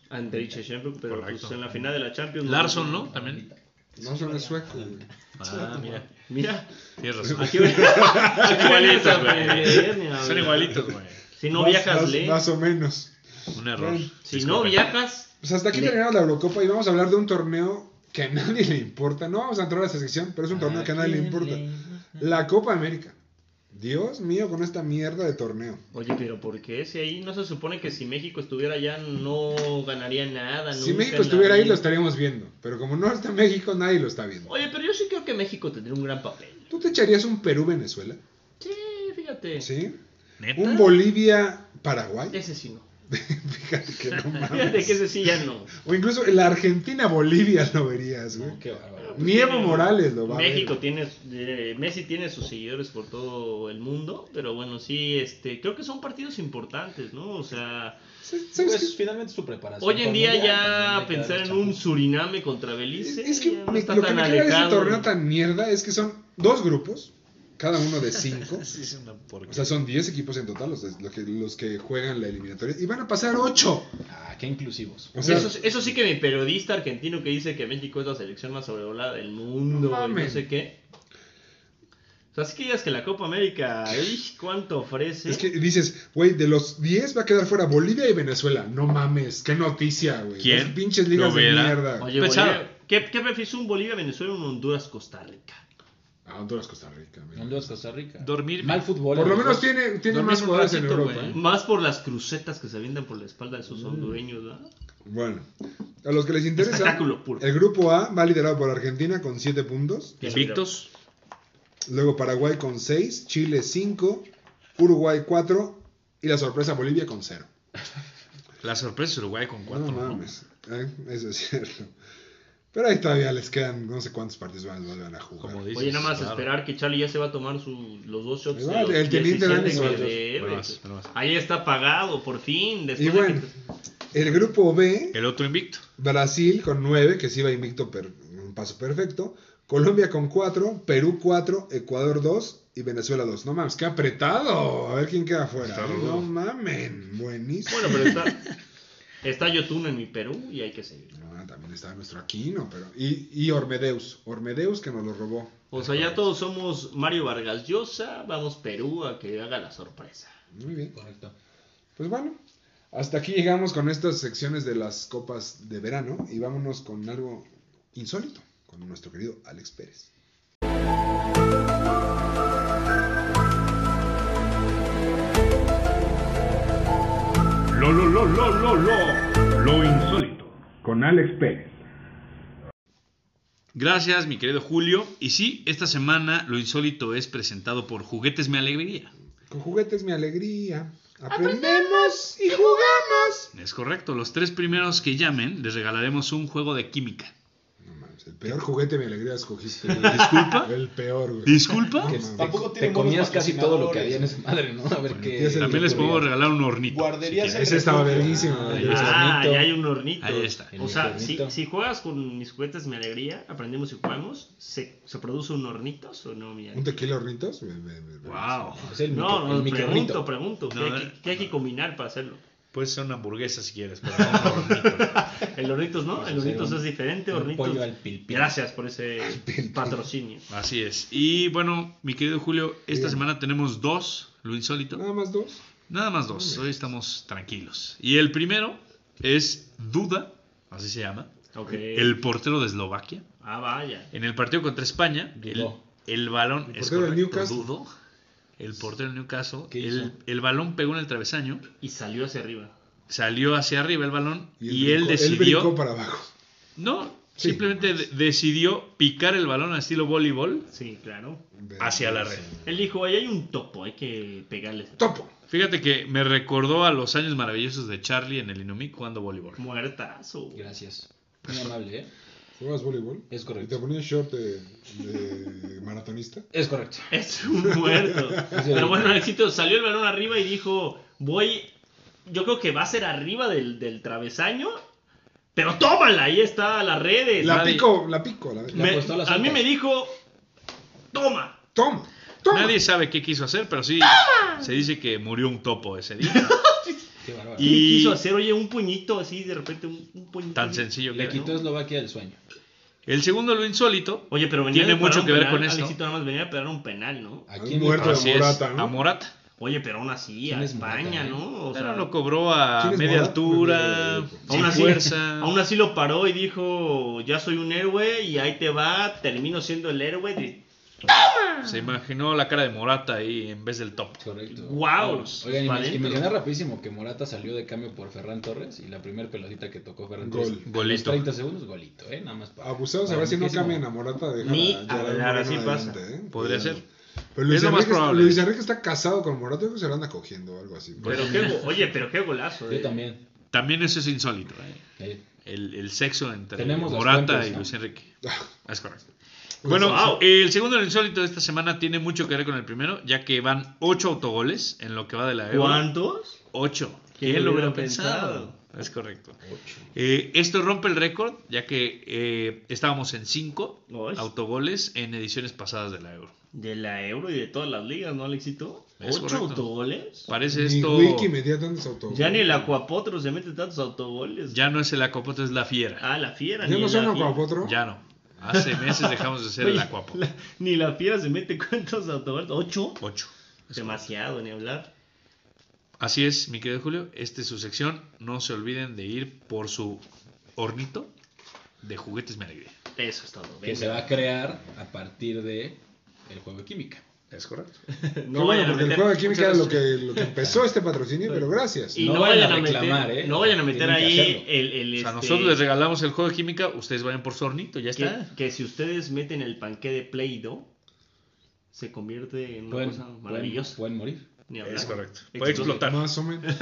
[SPEAKER 2] Andrei Shevchenko, pero
[SPEAKER 4] Correcto.
[SPEAKER 2] pues en la final de la Champions.
[SPEAKER 4] Larson, ¿no? También.
[SPEAKER 1] No solo es sueco. güey.
[SPEAKER 4] Ah, mira.
[SPEAKER 2] Mira,
[SPEAKER 4] Tienes razón.
[SPEAKER 2] aquí ven- aquí venías a
[SPEAKER 4] igualitos,
[SPEAKER 2] aprender,
[SPEAKER 4] güey.
[SPEAKER 2] ni a
[SPEAKER 4] Son
[SPEAKER 2] hablar.
[SPEAKER 4] igualitos, güey.
[SPEAKER 2] Si no
[SPEAKER 1] Más-
[SPEAKER 2] viajas,
[SPEAKER 1] más-
[SPEAKER 2] lee.
[SPEAKER 1] Más o menos.
[SPEAKER 4] Un error.
[SPEAKER 2] Si no
[SPEAKER 4] Disculpen.
[SPEAKER 2] viajas,
[SPEAKER 1] Pues hasta aquí terminamos la Eurocopa y vamos a hablar de un torneo que a nadie le importa. No vamos a entrar a esa sección, pero es un torneo que a nadie le importa. La Copa América. Dios mío, con esta mierda de torneo.
[SPEAKER 2] Oye, pero ¿por qué? Si ahí no se supone que si México estuviera allá no ganaría nada.
[SPEAKER 1] Si
[SPEAKER 2] nunca en
[SPEAKER 1] México
[SPEAKER 2] la
[SPEAKER 1] estuviera ahí,
[SPEAKER 2] vida.
[SPEAKER 1] lo estaríamos viendo. Pero como no está México, nadie lo está viendo.
[SPEAKER 2] Oye, pero yo sí creo que México tendría un gran papel.
[SPEAKER 1] ¿Tú te echarías un Perú-Venezuela?
[SPEAKER 2] Sí, fíjate.
[SPEAKER 1] ¿Sí?
[SPEAKER 4] ¿Neta?
[SPEAKER 1] ¿Un Bolivia-Paraguay?
[SPEAKER 2] Ese sí no.
[SPEAKER 1] Fíjate que no
[SPEAKER 2] Fíjate que
[SPEAKER 1] mames.
[SPEAKER 2] ese sí ya no.
[SPEAKER 1] O incluso la Argentina-Bolivia lo verías, güey.
[SPEAKER 3] No, Ah, qué bárbaro.
[SPEAKER 1] Ni Evo
[SPEAKER 2] Tiene-
[SPEAKER 1] Morales lo va a ver.
[SPEAKER 2] México tiene, eh, Messi tiene sus seguidores por todo el mundo, pero bueno, sí, este, creo que son partidos importantes, ¿no? O sea,
[SPEAKER 1] ¿Sabes qué?
[SPEAKER 3] Pues, finalmente su preparación.
[SPEAKER 2] hoy en día ya
[SPEAKER 3] también hay que
[SPEAKER 2] pensar
[SPEAKER 3] darle
[SPEAKER 2] en un
[SPEAKER 3] chance.
[SPEAKER 2] Suriname contra Belice
[SPEAKER 1] Es que
[SPEAKER 2] ya no
[SPEAKER 1] me-
[SPEAKER 2] está
[SPEAKER 1] lo que
[SPEAKER 2] tan
[SPEAKER 1] me queda de ese
[SPEAKER 2] alejado.
[SPEAKER 1] torneo tan mierda es que son dos grupos, cada uno de cinco.
[SPEAKER 4] Sí, es una
[SPEAKER 1] O
[SPEAKER 4] porquería.
[SPEAKER 1] sea, son 10 equipos en total los, de- los que, los que juegan la eliminatoria. Y van a pasar 8.
[SPEAKER 3] Ah, qué inclusivos.
[SPEAKER 1] O sea,
[SPEAKER 2] eso, eso sí que mi periodista argentino que dice que México es la selección más sobrevolada del mundo
[SPEAKER 1] No
[SPEAKER 2] y no
[SPEAKER 1] mames.
[SPEAKER 2] sé qué. O sea, así que digas que la Copa América, ¡ih! ¿cuánto ofrece?
[SPEAKER 1] es que dices, güey, de los 10 va a quedar fuera Bolivia y Venezuela. No mames, qué noticia, güey.
[SPEAKER 4] ¿Quién
[SPEAKER 1] Las pinches ligas
[SPEAKER 4] lo
[SPEAKER 1] de
[SPEAKER 4] verá?
[SPEAKER 1] mierda.
[SPEAKER 2] Oye,
[SPEAKER 4] Pesado.
[SPEAKER 2] Bolivia- ¿qué, ¿qué prefieres un Bolivia-Venezuela o un Honduras-Costa Rica?
[SPEAKER 1] Ah, Honduras, Costa Rica. mira.
[SPEAKER 3] Honduras, Costa Rica.
[SPEAKER 4] Dormir.
[SPEAKER 3] Mal fútbol.
[SPEAKER 1] Por lo
[SPEAKER 3] los
[SPEAKER 1] menos
[SPEAKER 3] dos.
[SPEAKER 1] tiene, tiene
[SPEAKER 4] Dormir
[SPEAKER 1] más
[SPEAKER 4] un
[SPEAKER 1] jugadores en
[SPEAKER 4] ratito,
[SPEAKER 1] Europa.
[SPEAKER 4] güey.
[SPEAKER 1] ¿eh?
[SPEAKER 2] Más por las crucetas que se avientan por la espalda de
[SPEAKER 1] Mm.
[SPEAKER 2] sus hondureños, ¿verdad?
[SPEAKER 1] Bueno, a los que les interesa,
[SPEAKER 2] Espectáculo puro.
[SPEAKER 1] el grupo A va liderado por Argentina con 7 puntos.
[SPEAKER 4] Invictos.
[SPEAKER 1] Luego Paraguay con 6, Chile 5, Uruguay 4 y la sorpresa Bolivia con 0.
[SPEAKER 4] La sorpresa es Uruguay con cuatro.
[SPEAKER 1] No
[SPEAKER 4] ¿no?
[SPEAKER 1] mames, ¿eh? eso es cierto. Pero ahí todavía les quedan no sé cuántos partidos más van a jugar.
[SPEAKER 4] Como dices.
[SPEAKER 2] Oye, nada más
[SPEAKER 4] claro.
[SPEAKER 2] esperar que Charlie ya se va a tomar su- los dos shots.
[SPEAKER 1] Ahí va,
[SPEAKER 2] de los
[SPEAKER 1] el teniente
[SPEAKER 2] 17
[SPEAKER 1] Dani
[SPEAKER 2] que
[SPEAKER 1] Suárez.
[SPEAKER 2] debe.
[SPEAKER 4] Bravas, bravas.
[SPEAKER 2] Ahí está pagado, por fin.
[SPEAKER 1] y
[SPEAKER 2] después de
[SPEAKER 1] bueno,
[SPEAKER 2] que-
[SPEAKER 1] el grupo B,
[SPEAKER 4] El otro invicto.
[SPEAKER 1] Brasil con 9, que sí va invicto per- un paso perfecto. Colombia con 4, Perú 4, Ecuador 2 y Venezuela 2. No mames, qué apretado. A ver quién queda afuera.
[SPEAKER 4] Está
[SPEAKER 1] ¿eh?
[SPEAKER 4] rudo.
[SPEAKER 1] No mamen, buenísimo.
[SPEAKER 2] Bueno, pero está, está Yotun en mi Perú y hay que seguir.
[SPEAKER 1] Ah, también estaba nuestro Aquino, pero. Y, y Ormedeus. Ormedeus que nos lo robó.
[SPEAKER 2] O sea, ya todos somos Mario Vargas Llosa. Vamos Perú a que haga la sorpresa.
[SPEAKER 1] Muy bien.
[SPEAKER 3] Correcto.
[SPEAKER 1] Pues bueno, hasta aquí llegamos con estas secciones de las copas de verano y vámonos con algo insólito, con nuestro querido Alex Pérez.
[SPEAKER 6] Lo, lo, lo, lo, lo, lo, lo insólito. Con Alex Pérez.
[SPEAKER 4] Gracias, mi querido Julio. Y sí, esta semana lo insólito es presentado por Juguetes Me Alegría.
[SPEAKER 1] Con juguetes mi alegría. Aprendemos y jugamos.
[SPEAKER 4] Es correcto, los tres primeros que llamen les regalaremos un juego de química.
[SPEAKER 1] No mames, el peor juguete mi alegría escogiste.
[SPEAKER 4] ¿Disculpa?
[SPEAKER 1] El peor, güey.
[SPEAKER 4] ¿Disculpa?
[SPEAKER 1] No
[SPEAKER 4] Que
[SPEAKER 1] mames.
[SPEAKER 5] Tampoco
[SPEAKER 3] Te
[SPEAKER 5] tiene
[SPEAKER 3] comías
[SPEAKER 5] buenos
[SPEAKER 3] casi todo lo que había en
[SPEAKER 5] patrocinadores.
[SPEAKER 3] esa madre, ¿no? A ver qué.
[SPEAKER 1] ya se
[SPEAKER 4] También les podemos regalar un hornito. si
[SPEAKER 5] Guarderías en
[SPEAKER 4] quieren.
[SPEAKER 1] Ese estaba
[SPEAKER 5] refugio.
[SPEAKER 1] verguísima.
[SPEAKER 4] Ahí
[SPEAKER 1] yo
[SPEAKER 4] está.
[SPEAKER 1] sé.
[SPEAKER 2] Ah,
[SPEAKER 3] hornito.
[SPEAKER 2] ya hay un hornito.
[SPEAKER 4] Ahí está.
[SPEAKER 3] El
[SPEAKER 2] O sea, si,
[SPEAKER 3] hornito.
[SPEAKER 2] si juegas con mis juguetes, mi alegría, aprendemos y jugamos, ¿se, se produce un hornitos o no, mi
[SPEAKER 1] ¿Un
[SPEAKER 2] alegría?
[SPEAKER 1] tequila hornitos? Me- me- me-
[SPEAKER 4] Wow.
[SPEAKER 3] Es el
[SPEAKER 2] No,
[SPEAKER 3] micro-
[SPEAKER 2] no,
[SPEAKER 3] el
[SPEAKER 2] pregunto,
[SPEAKER 3] microrrito.
[SPEAKER 2] pregunto. ¿Qué,
[SPEAKER 4] No,
[SPEAKER 2] hay, que- qué hay que combinar para hacerlo?
[SPEAKER 4] Puedes hacer una hamburguesa si quieres, pero no un hornito.
[SPEAKER 2] El hornitos no, el
[SPEAKER 3] Pues,
[SPEAKER 2] hornitos
[SPEAKER 3] sí,
[SPEAKER 2] es diferente,
[SPEAKER 3] un
[SPEAKER 2] hornitos.
[SPEAKER 3] pollo al pil pil.
[SPEAKER 2] Gracias por ese patrocinio.
[SPEAKER 4] Así es. Y bueno, mi querido Julio, esta semana tenemos dos, lo insólito.
[SPEAKER 1] Nada más dos.
[SPEAKER 4] Nada más dos, hoy estamos tranquilos. Y el primero es Duda, así se llama,
[SPEAKER 2] Ok.
[SPEAKER 1] Eh.
[SPEAKER 4] el portero de Eslovaquia.
[SPEAKER 2] Ah, vaya.
[SPEAKER 4] En el partido contra España, el,
[SPEAKER 3] Dudó.
[SPEAKER 4] el balón
[SPEAKER 1] El
[SPEAKER 4] es
[SPEAKER 1] portero del
[SPEAKER 4] correcto,
[SPEAKER 1] Newcastle.
[SPEAKER 4] dudó. El portero del Newcastle,
[SPEAKER 3] ¿Qué
[SPEAKER 4] el,
[SPEAKER 3] hizo?
[SPEAKER 4] el balón pegó en el travesaño,
[SPEAKER 2] Y salió hacia arriba.
[SPEAKER 4] salió hacia arriba el balón y, él
[SPEAKER 1] brincó-
[SPEAKER 4] decidió...
[SPEAKER 1] brincó para abajo.
[SPEAKER 4] No,
[SPEAKER 1] Sí.
[SPEAKER 4] simplemente de- decidió picar el balón al estilo voleibol
[SPEAKER 2] Sí, claro.
[SPEAKER 4] hacia la red.
[SPEAKER 2] Él dijo, ahí hay un topo, hay que pegarle. ese topo".
[SPEAKER 1] Topo.
[SPEAKER 4] Fíjate que me recordó a los años maravillosos de Charlie en el Inumic jugando voleibol.
[SPEAKER 2] Muertazo.
[SPEAKER 3] Gracias. Muy amable, ¿eh?
[SPEAKER 1] ¿Jugabas voleibol?
[SPEAKER 3] Es correcto.
[SPEAKER 1] ¿Y te ponías short de, de maratonista?
[SPEAKER 3] Es correcto.
[SPEAKER 2] Es un muerto. Pero bueno, éxito. Salió el balón arriba y dijo, voy, yo creo que va a ser arriba del, del travesaño. Pero tómala, ahí está las redes.
[SPEAKER 1] La
[SPEAKER 4] Nadie-
[SPEAKER 1] pico, la pico. La,
[SPEAKER 3] Le
[SPEAKER 2] Me-
[SPEAKER 3] apostó las
[SPEAKER 2] a mí
[SPEAKER 3] altas.
[SPEAKER 2] me dijo, toma.
[SPEAKER 1] Toma, toma.
[SPEAKER 4] Nadie sabe qué quiso hacer, pero sí se dice que murió un topo ese día.
[SPEAKER 3] Qué bárbaro.
[SPEAKER 2] ¿Qué
[SPEAKER 4] Y-
[SPEAKER 2] quiso hacer? Oye, un puñito así, de repente un, un puñito.
[SPEAKER 4] Tan sencillo que
[SPEAKER 3] Le
[SPEAKER 4] era.
[SPEAKER 3] quitó Eslovaquia el sueño.
[SPEAKER 4] El segundo, lo insólito,
[SPEAKER 2] Oye, pero venía a
[SPEAKER 4] Tiene
[SPEAKER 2] disparar
[SPEAKER 4] mucho
[SPEAKER 2] un
[SPEAKER 4] que ver
[SPEAKER 2] penal.
[SPEAKER 4] con esto.
[SPEAKER 2] Alexito nada más venía a pegar un penal, ¿no?
[SPEAKER 3] Aquí
[SPEAKER 1] Un
[SPEAKER 3] en
[SPEAKER 1] Ah, muerto.
[SPEAKER 3] Europa
[SPEAKER 4] pues, así es,
[SPEAKER 1] Morata, ¿no?
[SPEAKER 4] a Morata.
[SPEAKER 2] Oye, pero aún así, a
[SPEAKER 3] ¿Quién es
[SPEAKER 2] España,
[SPEAKER 3] Morata, eh?
[SPEAKER 2] ¿no? O
[SPEAKER 4] Pero
[SPEAKER 2] sea,
[SPEAKER 4] lo cobró a
[SPEAKER 1] ¿Quién es
[SPEAKER 4] media
[SPEAKER 1] Morata?
[SPEAKER 4] altura,
[SPEAKER 1] Aún
[SPEAKER 4] sin
[SPEAKER 2] Aún así,
[SPEAKER 4] fuerza.
[SPEAKER 2] aún así lo paró y dijo, ya soy un héroe y ahí te va, termino siendo el héroe de
[SPEAKER 4] Se imaginó la cara de Morata ahí en vez del top.
[SPEAKER 3] Correcto.
[SPEAKER 2] Guau.
[SPEAKER 3] Oigan, y,
[SPEAKER 2] Para
[SPEAKER 3] men- y
[SPEAKER 2] adentro.
[SPEAKER 3] mencionar rapidísimo que Morata salió de cambio por Ferran Torres y la primera pelotita que tocó Ferran
[SPEAKER 1] Gol.
[SPEAKER 3] Torres. a los
[SPEAKER 4] Golito.
[SPEAKER 3] 30 segundos, golito, ¿eh? Nada más para.
[SPEAKER 1] Abusados, a
[SPEAKER 3] para
[SPEAKER 1] ver si no
[SPEAKER 3] Miquísimo.
[SPEAKER 1] cambian a Morata. de
[SPEAKER 2] Ni
[SPEAKER 1] Gerard Moreno
[SPEAKER 2] hablar, así pasa.
[SPEAKER 1] ¿eh?
[SPEAKER 4] Podría ser.
[SPEAKER 1] Pero Luis
[SPEAKER 4] Es lo más
[SPEAKER 1] Enrique-
[SPEAKER 4] probable.
[SPEAKER 1] Luis Enrique está casado con Morata, yo creo que se lo anda cogiendo o algo así.
[SPEAKER 2] Pero qué, go- oye, pero qué golazo.
[SPEAKER 3] Yo
[SPEAKER 2] eh.
[SPEAKER 3] también.
[SPEAKER 4] También eso es insólito. ¿eh?
[SPEAKER 3] Eh,
[SPEAKER 4] El, el sexo entre
[SPEAKER 3] Tenemos las
[SPEAKER 4] Morata
[SPEAKER 3] fuentes,
[SPEAKER 4] y
[SPEAKER 3] ¿no?
[SPEAKER 4] Luis Enrique. Es correcto.
[SPEAKER 1] Pues
[SPEAKER 4] Bueno,
[SPEAKER 1] sí, sí.
[SPEAKER 4] el segundo del insólito de esta semana tiene mucho que ver con el primero, ya que van ocho autogoles en lo que va de la Euro.
[SPEAKER 2] ¿Cuántos?
[SPEAKER 4] Ocho.
[SPEAKER 2] ¿Quién
[SPEAKER 4] ¿Quién
[SPEAKER 2] lo
[SPEAKER 4] lo
[SPEAKER 2] hubiera
[SPEAKER 4] hubiera pensado? Es correcto.
[SPEAKER 3] ocho.
[SPEAKER 4] Eh, esto rompe el récord, ya que eh, estábamos en cinco
[SPEAKER 2] Uy.
[SPEAKER 4] autogoles en ediciones pasadas de la Euro.
[SPEAKER 2] De la Euro y de todas las ligas, ¿no, Alexito?
[SPEAKER 4] Es
[SPEAKER 2] ¿Ocho
[SPEAKER 4] correcto.
[SPEAKER 2] autogoles?
[SPEAKER 4] Parece
[SPEAKER 1] Ni
[SPEAKER 4] esto.
[SPEAKER 1] Wiki metía tantos autogoles.
[SPEAKER 2] Ya ni el Acuapotro se mete tantos autogoles.
[SPEAKER 4] Ya no es el Acuapoto, es la fiera.
[SPEAKER 2] Ah, la fiera.
[SPEAKER 1] ¿Ya
[SPEAKER 2] ni
[SPEAKER 1] no
[SPEAKER 2] la
[SPEAKER 1] son
[SPEAKER 2] fiera.
[SPEAKER 1] Acuapotro?
[SPEAKER 4] Ya no. Hace meses dejamos de ser el
[SPEAKER 2] Oye,
[SPEAKER 4] Acuapo.
[SPEAKER 2] la- ni la fiera se mete cuántos autogoles. ¿Ocho?
[SPEAKER 4] Ocho.
[SPEAKER 2] Demasiado, ni hablar.
[SPEAKER 4] Así es, mi querido Julio. Esta es su sección. No se olviden de ir por su hornito de juguetes me alegría.
[SPEAKER 2] Eso es todo.
[SPEAKER 3] Que
[SPEAKER 2] venga.
[SPEAKER 3] se va a crear a partir de el juego de química.
[SPEAKER 4] Es correcto.
[SPEAKER 1] No,
[SPEAKER 2] No
[SPEAKER 1] bueno,
[SPEAKER 2] vayan a
[SPEAKER 1] porque el
[SPEAKER 2] meter-
[SPEAKER 1] juego de química es lo que, lo que empezó este patrocinio, pero gracias.
[SPEAKER 2] Y
[SPEAKER 3] No
[SPEAKER 2] Pues no,
[SPEAKER 3] vayan
[SPEAKER 2] vayan
[SPEAKER 3] a
[SPEAKER 2] a meter,
[SPEAKER 3] reclamar, ¿eh?
[SPEAKER 2] no vayan a meter
[SPEAKER 3] Tienen que
[SPEAKER 2] ahí
[SPEAKER 3] hacerlo.
[SPEAKER 2] el, el,
[SPEAKER 4] O sea,
[SPEAKER 2] este,
[SPEAKER 4] nosotros les regalamos el juego de química, ustedes vayan por su hornito, ya
[SPEAKER 2] que,
[SPEAKER 4] está.
[SPEAKER 2] que si ustedes meten el panque de Play-Doh, se convierte en una
[SPEAKER 3] Pueden-
[SPEAKER 2] cosa
[SPEAKER 3] pueden-
[SPEAKER 2] maravillosa.
[SPEAKER 3] Pueden morir.
[SPEAKER 2] Ni hablar.
[SPEAKER 4] Es correcto. Puede explotar.
[SPEAKER 1] Más o menos.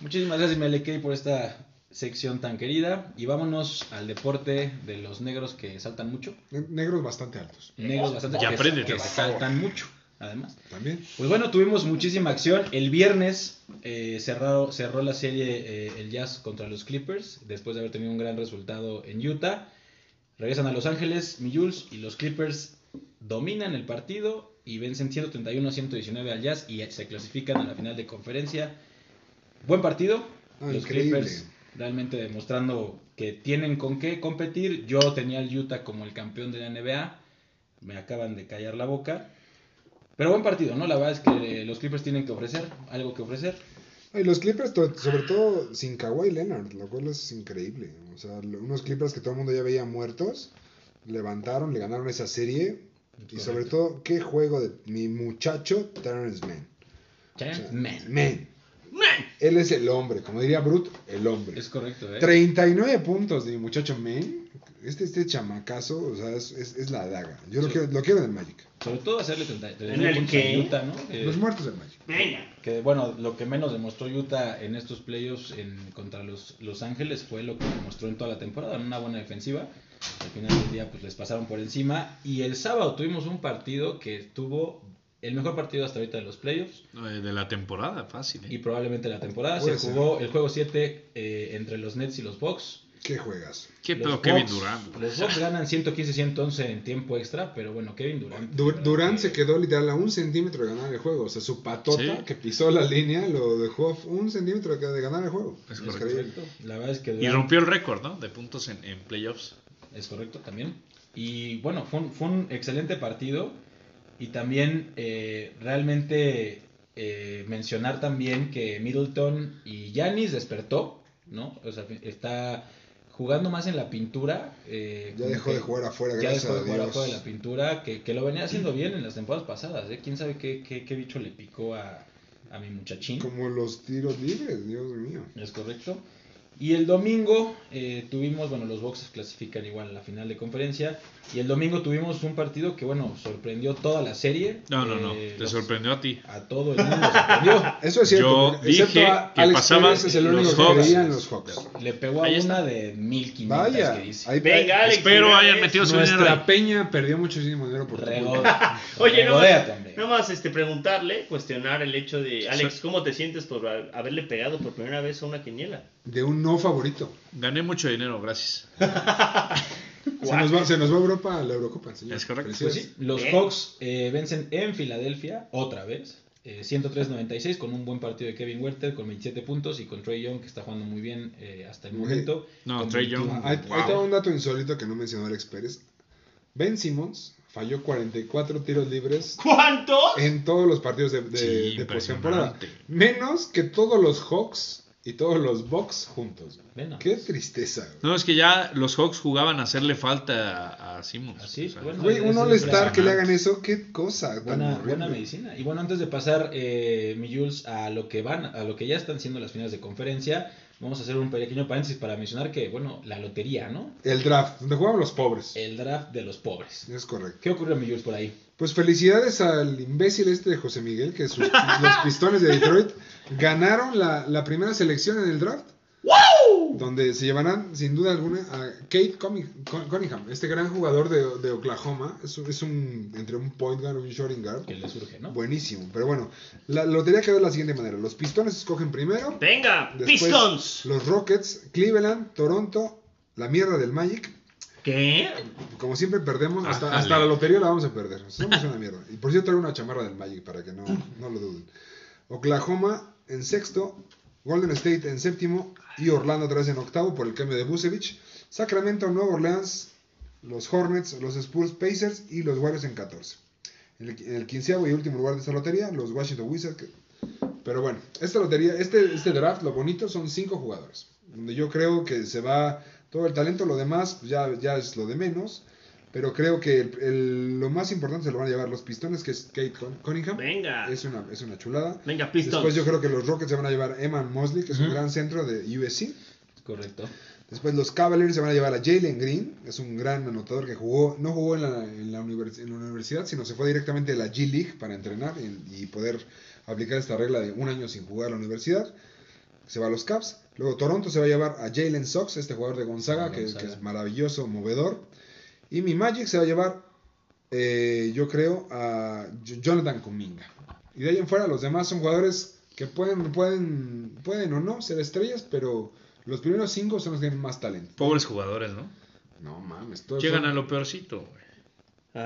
[SPEAKER 3] Muchísimas gracias, Melekei, por esta sección tan querida. Y vámonos al deporte de los negros que saltan mucho.
[SPEAKER 1] Ne- Negros bastante altos.
[SPEAKER 3] Negros bastante
[SPEAKER 4] Ya
[SPEAKER 3] que-
[SPEAKER 4] apréndete,
[SPEAKER 3] que
[SPEAKER 4] por
[SPEAKER 3] saltan mucho, además.
[SPEAKER 1] También.
[SPEAKER 3] Pues bueno, tuvimos muchísima acción. El viernes eh, cerrado- cerró la serie eh, el Jazz contra los Clippers, después de haber tenido un gran resultado en Utah. Regresan a Los Ángeles, mi Jules, y los Clippers dominan el partido y vencen 131 a 119 al Jazz y se clasifican a la final de conferencia. Buen partido.
[SPEAKER 1] Ah,
[SPEAKER 3] los
[SPEAKER 1] increíble.
[SPEAKER 3] Clippers realmente demostrando que tienen con qué competir. Yo tenía al Utah como el campeón de la NBA. Me acaban de callar la boca. Pero buen partido, ¿no? La verdad es que los Clippers tienen que ofrecer, algo que ofrecer.
[SPEAKER 1] Y los Clippers, to- sobre todo sin Kawhi Leonard, lo cual es increíble. O sea, lo- unos Clippers que todo el mundo ya veía muertos, levantaron, le ganaron esa serie. Y sobre todo, qué juego de mi muchacho Terrence Mann. O sea,
[SPEAKER 3] Giants, man.
[SPEAKER 1] Mann.
[SPEAKER 2] ¡Man!
[SPEAKER 1] Él es el hombre, como diría Brut, el hombre.
[SPEAKER 3] Es correcto, ¿eh?
[SPEAKER 1] 39 puntos de mi muchacho Mann. Este, este chamacazo, o sea, es, es- es la daga. Yo lo,
[SPEAKER 3] Sí.
[SPEAKER 1] quiero, lo quiero del Magic.
[SPEAKER 3] Sobre todo hacerle 30
[SPEAKER 2] ¿En el qué?
[SPEAKER 3] Utah, ¿no? Eh,
[SPEAKER 1] Los muertos del Magic.
[SPEAKER 2] Venga.
[SPEAKER 3] que bueno, lo que menos demostró Utah en estos playoffs en, contra los Los Ángeles fue lo que demostró en toda la temporada, en una buena defensiva. Al final del día pues les pasaron por encima y el sábado tuvimos un partido que tuvo el mejor partido hasta ahorita de los playoffs.
[SPEAKER 4] Eh, De la temporada, fácil. ¿eh?
[SPEAKER 3] y probablemente la temporada.
[SPEAKER 1] Puede
[SPEAKER 3] se
[SPEAKER 1] ser.
[SPEAKER 3] jugó el juego 7 eh, entre los Nets y los Bucks.
[SPEAKER 1] ¿Qué juegas?
[SPEAKER 4] Qué
[SPEAKER 3] Los
[SPEAKER 4] pedo, Kevin
[SPEAKER 3] Bucks-
[SPEAKER 4] Durant. güey.
[SPEAKER 3] Los Bucks ganan 115-111 en tiempo extra, pero bueno, Kevin Durant.
[SPEAKER 1] Du- Durant se
[SPEAKER 3] eh,
[SPEAKER 1] quedó literal a un centímetro de ganar el juego. O sea, su patota
[SPEAKER 4] Sí.
[SPEAKER 1] que pisó la línea lo dejó a un centímetro de ganar el juego.
[SPEAKER 4] Es
[SPEAKER 3] Es
[SPEAKER 4] correcto.
[SPEAKER 1] Increíble.
[SPEAKER 3] correcto. La verdad es que
[SPEAKER 4] Y
[SPEAKER 3] Durant
[SPEAKER 4] rompió el récord, ¿no? De puntos en, en playoffs.
[SPEAKER 3] es correcto también. Y bueno, fue un, fue un excelente partido. Y también eh, realmente eh, mencionar también que Middleton y Yanis despertó, ¿no? O sea, está jugando más en la pintura. eh,
[SPEAKER 1] Ya
[SPEAKER 3] como
[SPEAKER 1] dejó de
[SPEAKER 3] que-
[SPEAKER 1] jugar afuera,
[SPEAKER 3] ya
[SPEAKER 1] gracias
[SPEAKER 3] dejó de
[SPEAKER 1] a
[SPEAKER 3] jugar
[SPEAKER 1] Dios.
[SPEAKER 3] abajo de la pintura, que, que lo venía haciendo bien en las temporadas pasadas, ¿eh? ¿Quién sabe qué, qué, qué bicho le picó a, a mi muchachín?
[SPEAKER 1] Como los tiros libres, Dios mío.
[SPEAKER 3] Es correcto. Y el domingo eh, tuvimos, bueno, los Boxers clasifican igual a la final de conferencia, y el domingo tuvimos un partido que, bueno, sorprendió toda la serie.
[SPEAKER 4] No, no, no.
[SPEAKER 3] Eh,
[SPEAKER 4] Te
[SPEAKER 3] los-
[SPEAKER 4] sorprendió a ti.
[SPEAKER 3] A todo el mundo sorprendió.
[SPEAKER 1] Eso es cierto.
[SPEAKER 4] Yo
[SPEAKER 1] porque- excepto
[SPEAKER 4] dije
[SPEAKER 1] a
[SPEAKER 4] que
[SPEAKER 1] Alex
[SPEAKER 4] pasaban
[SPEAKER 1] Pérez es el
[SPEAKER 4] los
[SPEAKER 1] único que
[SPEAKER 4] Hawks.
[SPEAKER 1] creía en los Hawks.
[SPEAKER 3] Le pegó a
[SPEAKER 4] Ahí está.
[SPEAKER 3] una de 1500
[SPEAKER 1] Vaya.
[SPEAKER 3] que dice.
[SPEAKER 1] ahí-
[SPEAKER 2] Venga, Alex.
[SPEAKER 4] Espero hayan
[SPEAKER 2] Morales.
[SPEAKER 4] metido su dinero.
[SPEAKER 1] nuestra
[SPEAKER 4] ahí.
[SPEAKER 1] peña perdió muchísimo dinero por tu
[SPEAKER 3] Rego-
[SPEAKER 1] culpa.
[SPEAKER 2] Oye, no
[SPEAKER 3] regodea,
[SPEAKER 2] más,
[SPEAKER 3] hombre.
[SPEAKER 2] no más, este, preguntarle, cuestionar el hecho de, Alex, ¿cómo te sientes por ha- haberle pegado por primera vez a una quiniela?
[SPEAKER 1] De un no favorito.
[SPEAKER 4] Gané mucho dinero, gracias.
[SPEAKER 1] Se nos, va, se nos va a Europa a la Eurocopa, señor.
[SPEAKER 4] Es correcto.
[SPEAKER 3] Pues
[SPEAKER 1] Felicidades.
[SPEAKER 3] sí, los
[SPEAKER 2] Bien.
[SPEAKER 3] Hawks eh, vencen en Filadelfia otra vez. eh, 103-96 con un buen partido de Kevin Werther con 27 puntos y con Trey Young que está jugando muy bien eh, hasta el
[SPEAKER 1] Muy
[SPEAKER 3] momento.
[SPEAKER 4] No,
[SPEAKER 3] con
[SPEAKER 4] Trae
[SPEAKER 3] 21.
[SPEAKER 4] Young.
[SPEAKER 1] Ahí ahí
[SPEAKER 4] Wow.
[SPEAKER 1] te va un dato insólito que no mencionó Alex Pérez. Ben Simmons falló 44 tiros libres
[SPEAKER 2] ¿Cuántos?
[SPEAKER 1] en todos los partidos de, de,
[SPEAKER 4] Sí,
[SPEAKER 1] de postemporada.
[SPEAKER 4] impresionante.
[SPEAKER 1] Menos que todos los Hawks y todos los Bucks juntos. güey.
[SPEAKER 3] Ven, no.
[SPEAKER 1] Qué tristeza, güey.
[SPEAKER 4] No, es que ya los Hawks jugaban a hacerle falta a, a Simmons.
[SPEAKER 3] Así, bueno.
[SPEAKER 1] Güey, un
[SPEAKER 3] Es
[SPEAKER 1] All-Star que le
[SPEAKER 4] impresionante.
[SPEAKER 1] hagan eso, qué cosa. tan
[SPEAKER 3] Buena,
[SPEAKER 1] horrible.
[SPEAKER 3] buena medicina. Y bueno, antes de pasar, eh, mi Jules, a lo que van, a lo que ya están siendo las finales de conferencia, vamos a hacer un pequeño paréntesis para mencionar que, bueno, la lotería, ¿no?
[SPEAKER 1] El draft, donde jugaban los pobres.
[SPEAKER 3] El draft de los pobres.
[SPEAKER 1] Es correcto.
[SPEAKER 3] ¿Qué ocurre, mi Jules, por ahí?
[SPEAKER 1] Pues felicidades al imbécil este de José Miguel, que sus, los pistones de Detroit ganaron la, la primera selección en el draft. Donde se llevarán, sin duda alguna, a Kate Cunning- Cun- Cunningham, este gran jugador de, de Oklahoma. Es, un- es un, entre un point guard y un shooting guard.
[SPEAKER 3] Que le surge, ¿no?
[SPEAKER 1] Buenísimo. Pero bueno, la lotería quedó de la siguiente manera. Los pistones escogen primero.
[SPEAKER 2] Venga,
[SPEAKER 1] después
[SPEAKER 2] Pistons.
[SPEAKER 1] Los Rockets, Cleveland, Toronto, la mierda del Magic,
[SPEAKER 2] ¿Qué?
[SPEAKER 1] como siempre perdemos, hasta,
[SPEAKER 4] Ájale.
[SPEAKER 1] hasta la lotería la vamos a perder. Somos una mierda. Y por cierto, traigo una chamarra del Magic para que no, no lo duden. Oklahoma en sexto, Golden State en séptimo y Orlando otra vez en octavo por el cambio de Busevich. Sacramento, Nueva Orleans, los Hornets, los Spurs, Pacers y los Warriors en 14. En el, en el quinceavo y último lugar de esta lotería, los Washington Wizards. que- pero bueno, esta lotería, este, este draft, lo bonito son cinco jugadores. Donde yo creo que se va todo el talento, lo demás pues, ya, ya es lo de menos. Pero creo que el- el- lo más importante se lo van a llevar los pistones, que es Kate Cun- Cunningham.
[SPEAKER 2] Venga.
[SPEAKER 1] Es una, es una chulada.
[SPEAKER 2] Venga, Pistons.
[SPEAKER 1] Después yo creo que los Rockets se van a llevar a Eman Mosley, que es un gran centro de USC.
[SPEAKER 3] Correcto.
[SPEAKER 1] Después los Cavaliers se van a llevar a Jalen Green, es un gran anotador que jugó, no jugó en la, en la univers- en la universidad, sino se fue directamente a la G League para entrenar y, y poder aplicar esta regla de un año sin jugar a la universidad. Se va a los Caps. Luego Toronto se va a llevar a Jalen Sox, este jugador de Gonzaga, que,
[SPEAKER 3] Gonzaga.
[SPEAKER 1] que es maravilloso, movedor. Y mi Magic se va a llevar, eh, yo creo, a Jo- Jonathan Kuminga. Y de ahí en fuera los demás son jugadores que pueden, pueden, pueden o no ser estrellas, pero los primeros cinco son los que tienen más talento.
[SPEAKER 4] Pobres jugadores, ¿no?
[SPEAKER 1] No mames, todos
[SPEAKER 4] Llegan
[SPEAKER 1] Pues son-
[SPEAKER 4] a lo peorcito, güey.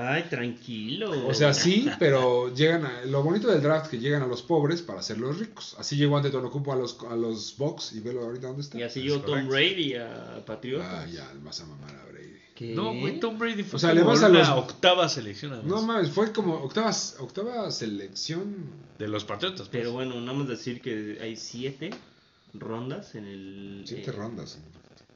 [SPEAKER 2] Ay, tranquilo.
[SPEAKER 1] O sea, sí, pero llegan a... Lo bonito del draft es que llegan a los pobres para hacerlos ricos. Así llegó ante Tonocupo a los, a los Bucks y velo ahorita dónde está.
[SPEAKER 2] Y así
[SPEAKER 1] Es
[SPEAKER 2] llegó Tom
[SPEAKER 1] correcto.
[SPEAKER 2] Brady a Patriota.
[SPEAKER 1] Ah, ya, vas a mamar a Brady.
[SPEAKER 2] ¿Qué?
[SPEAKER 4] No, güey, Tom Brady fue
[SPEAKER 1] O sea,
[SPEAKER 4] como
[SPEAKER 1] le vas a
[SPEAKER 4] una
[SPEAKER 1] los-
[SPEAKER 4] octava selección además,
[SPEAKER 1] No mames, fue como octavas, octava selección.
[SPEAKER 4] de los Patriotas. pues.
[SPEAKER 2] Pero bueno, nada más decir que hay siete rondas en el
[SPEAKER 1] Siete
[SPEAKER 2] eh,
[SPEAKER 1] rondas.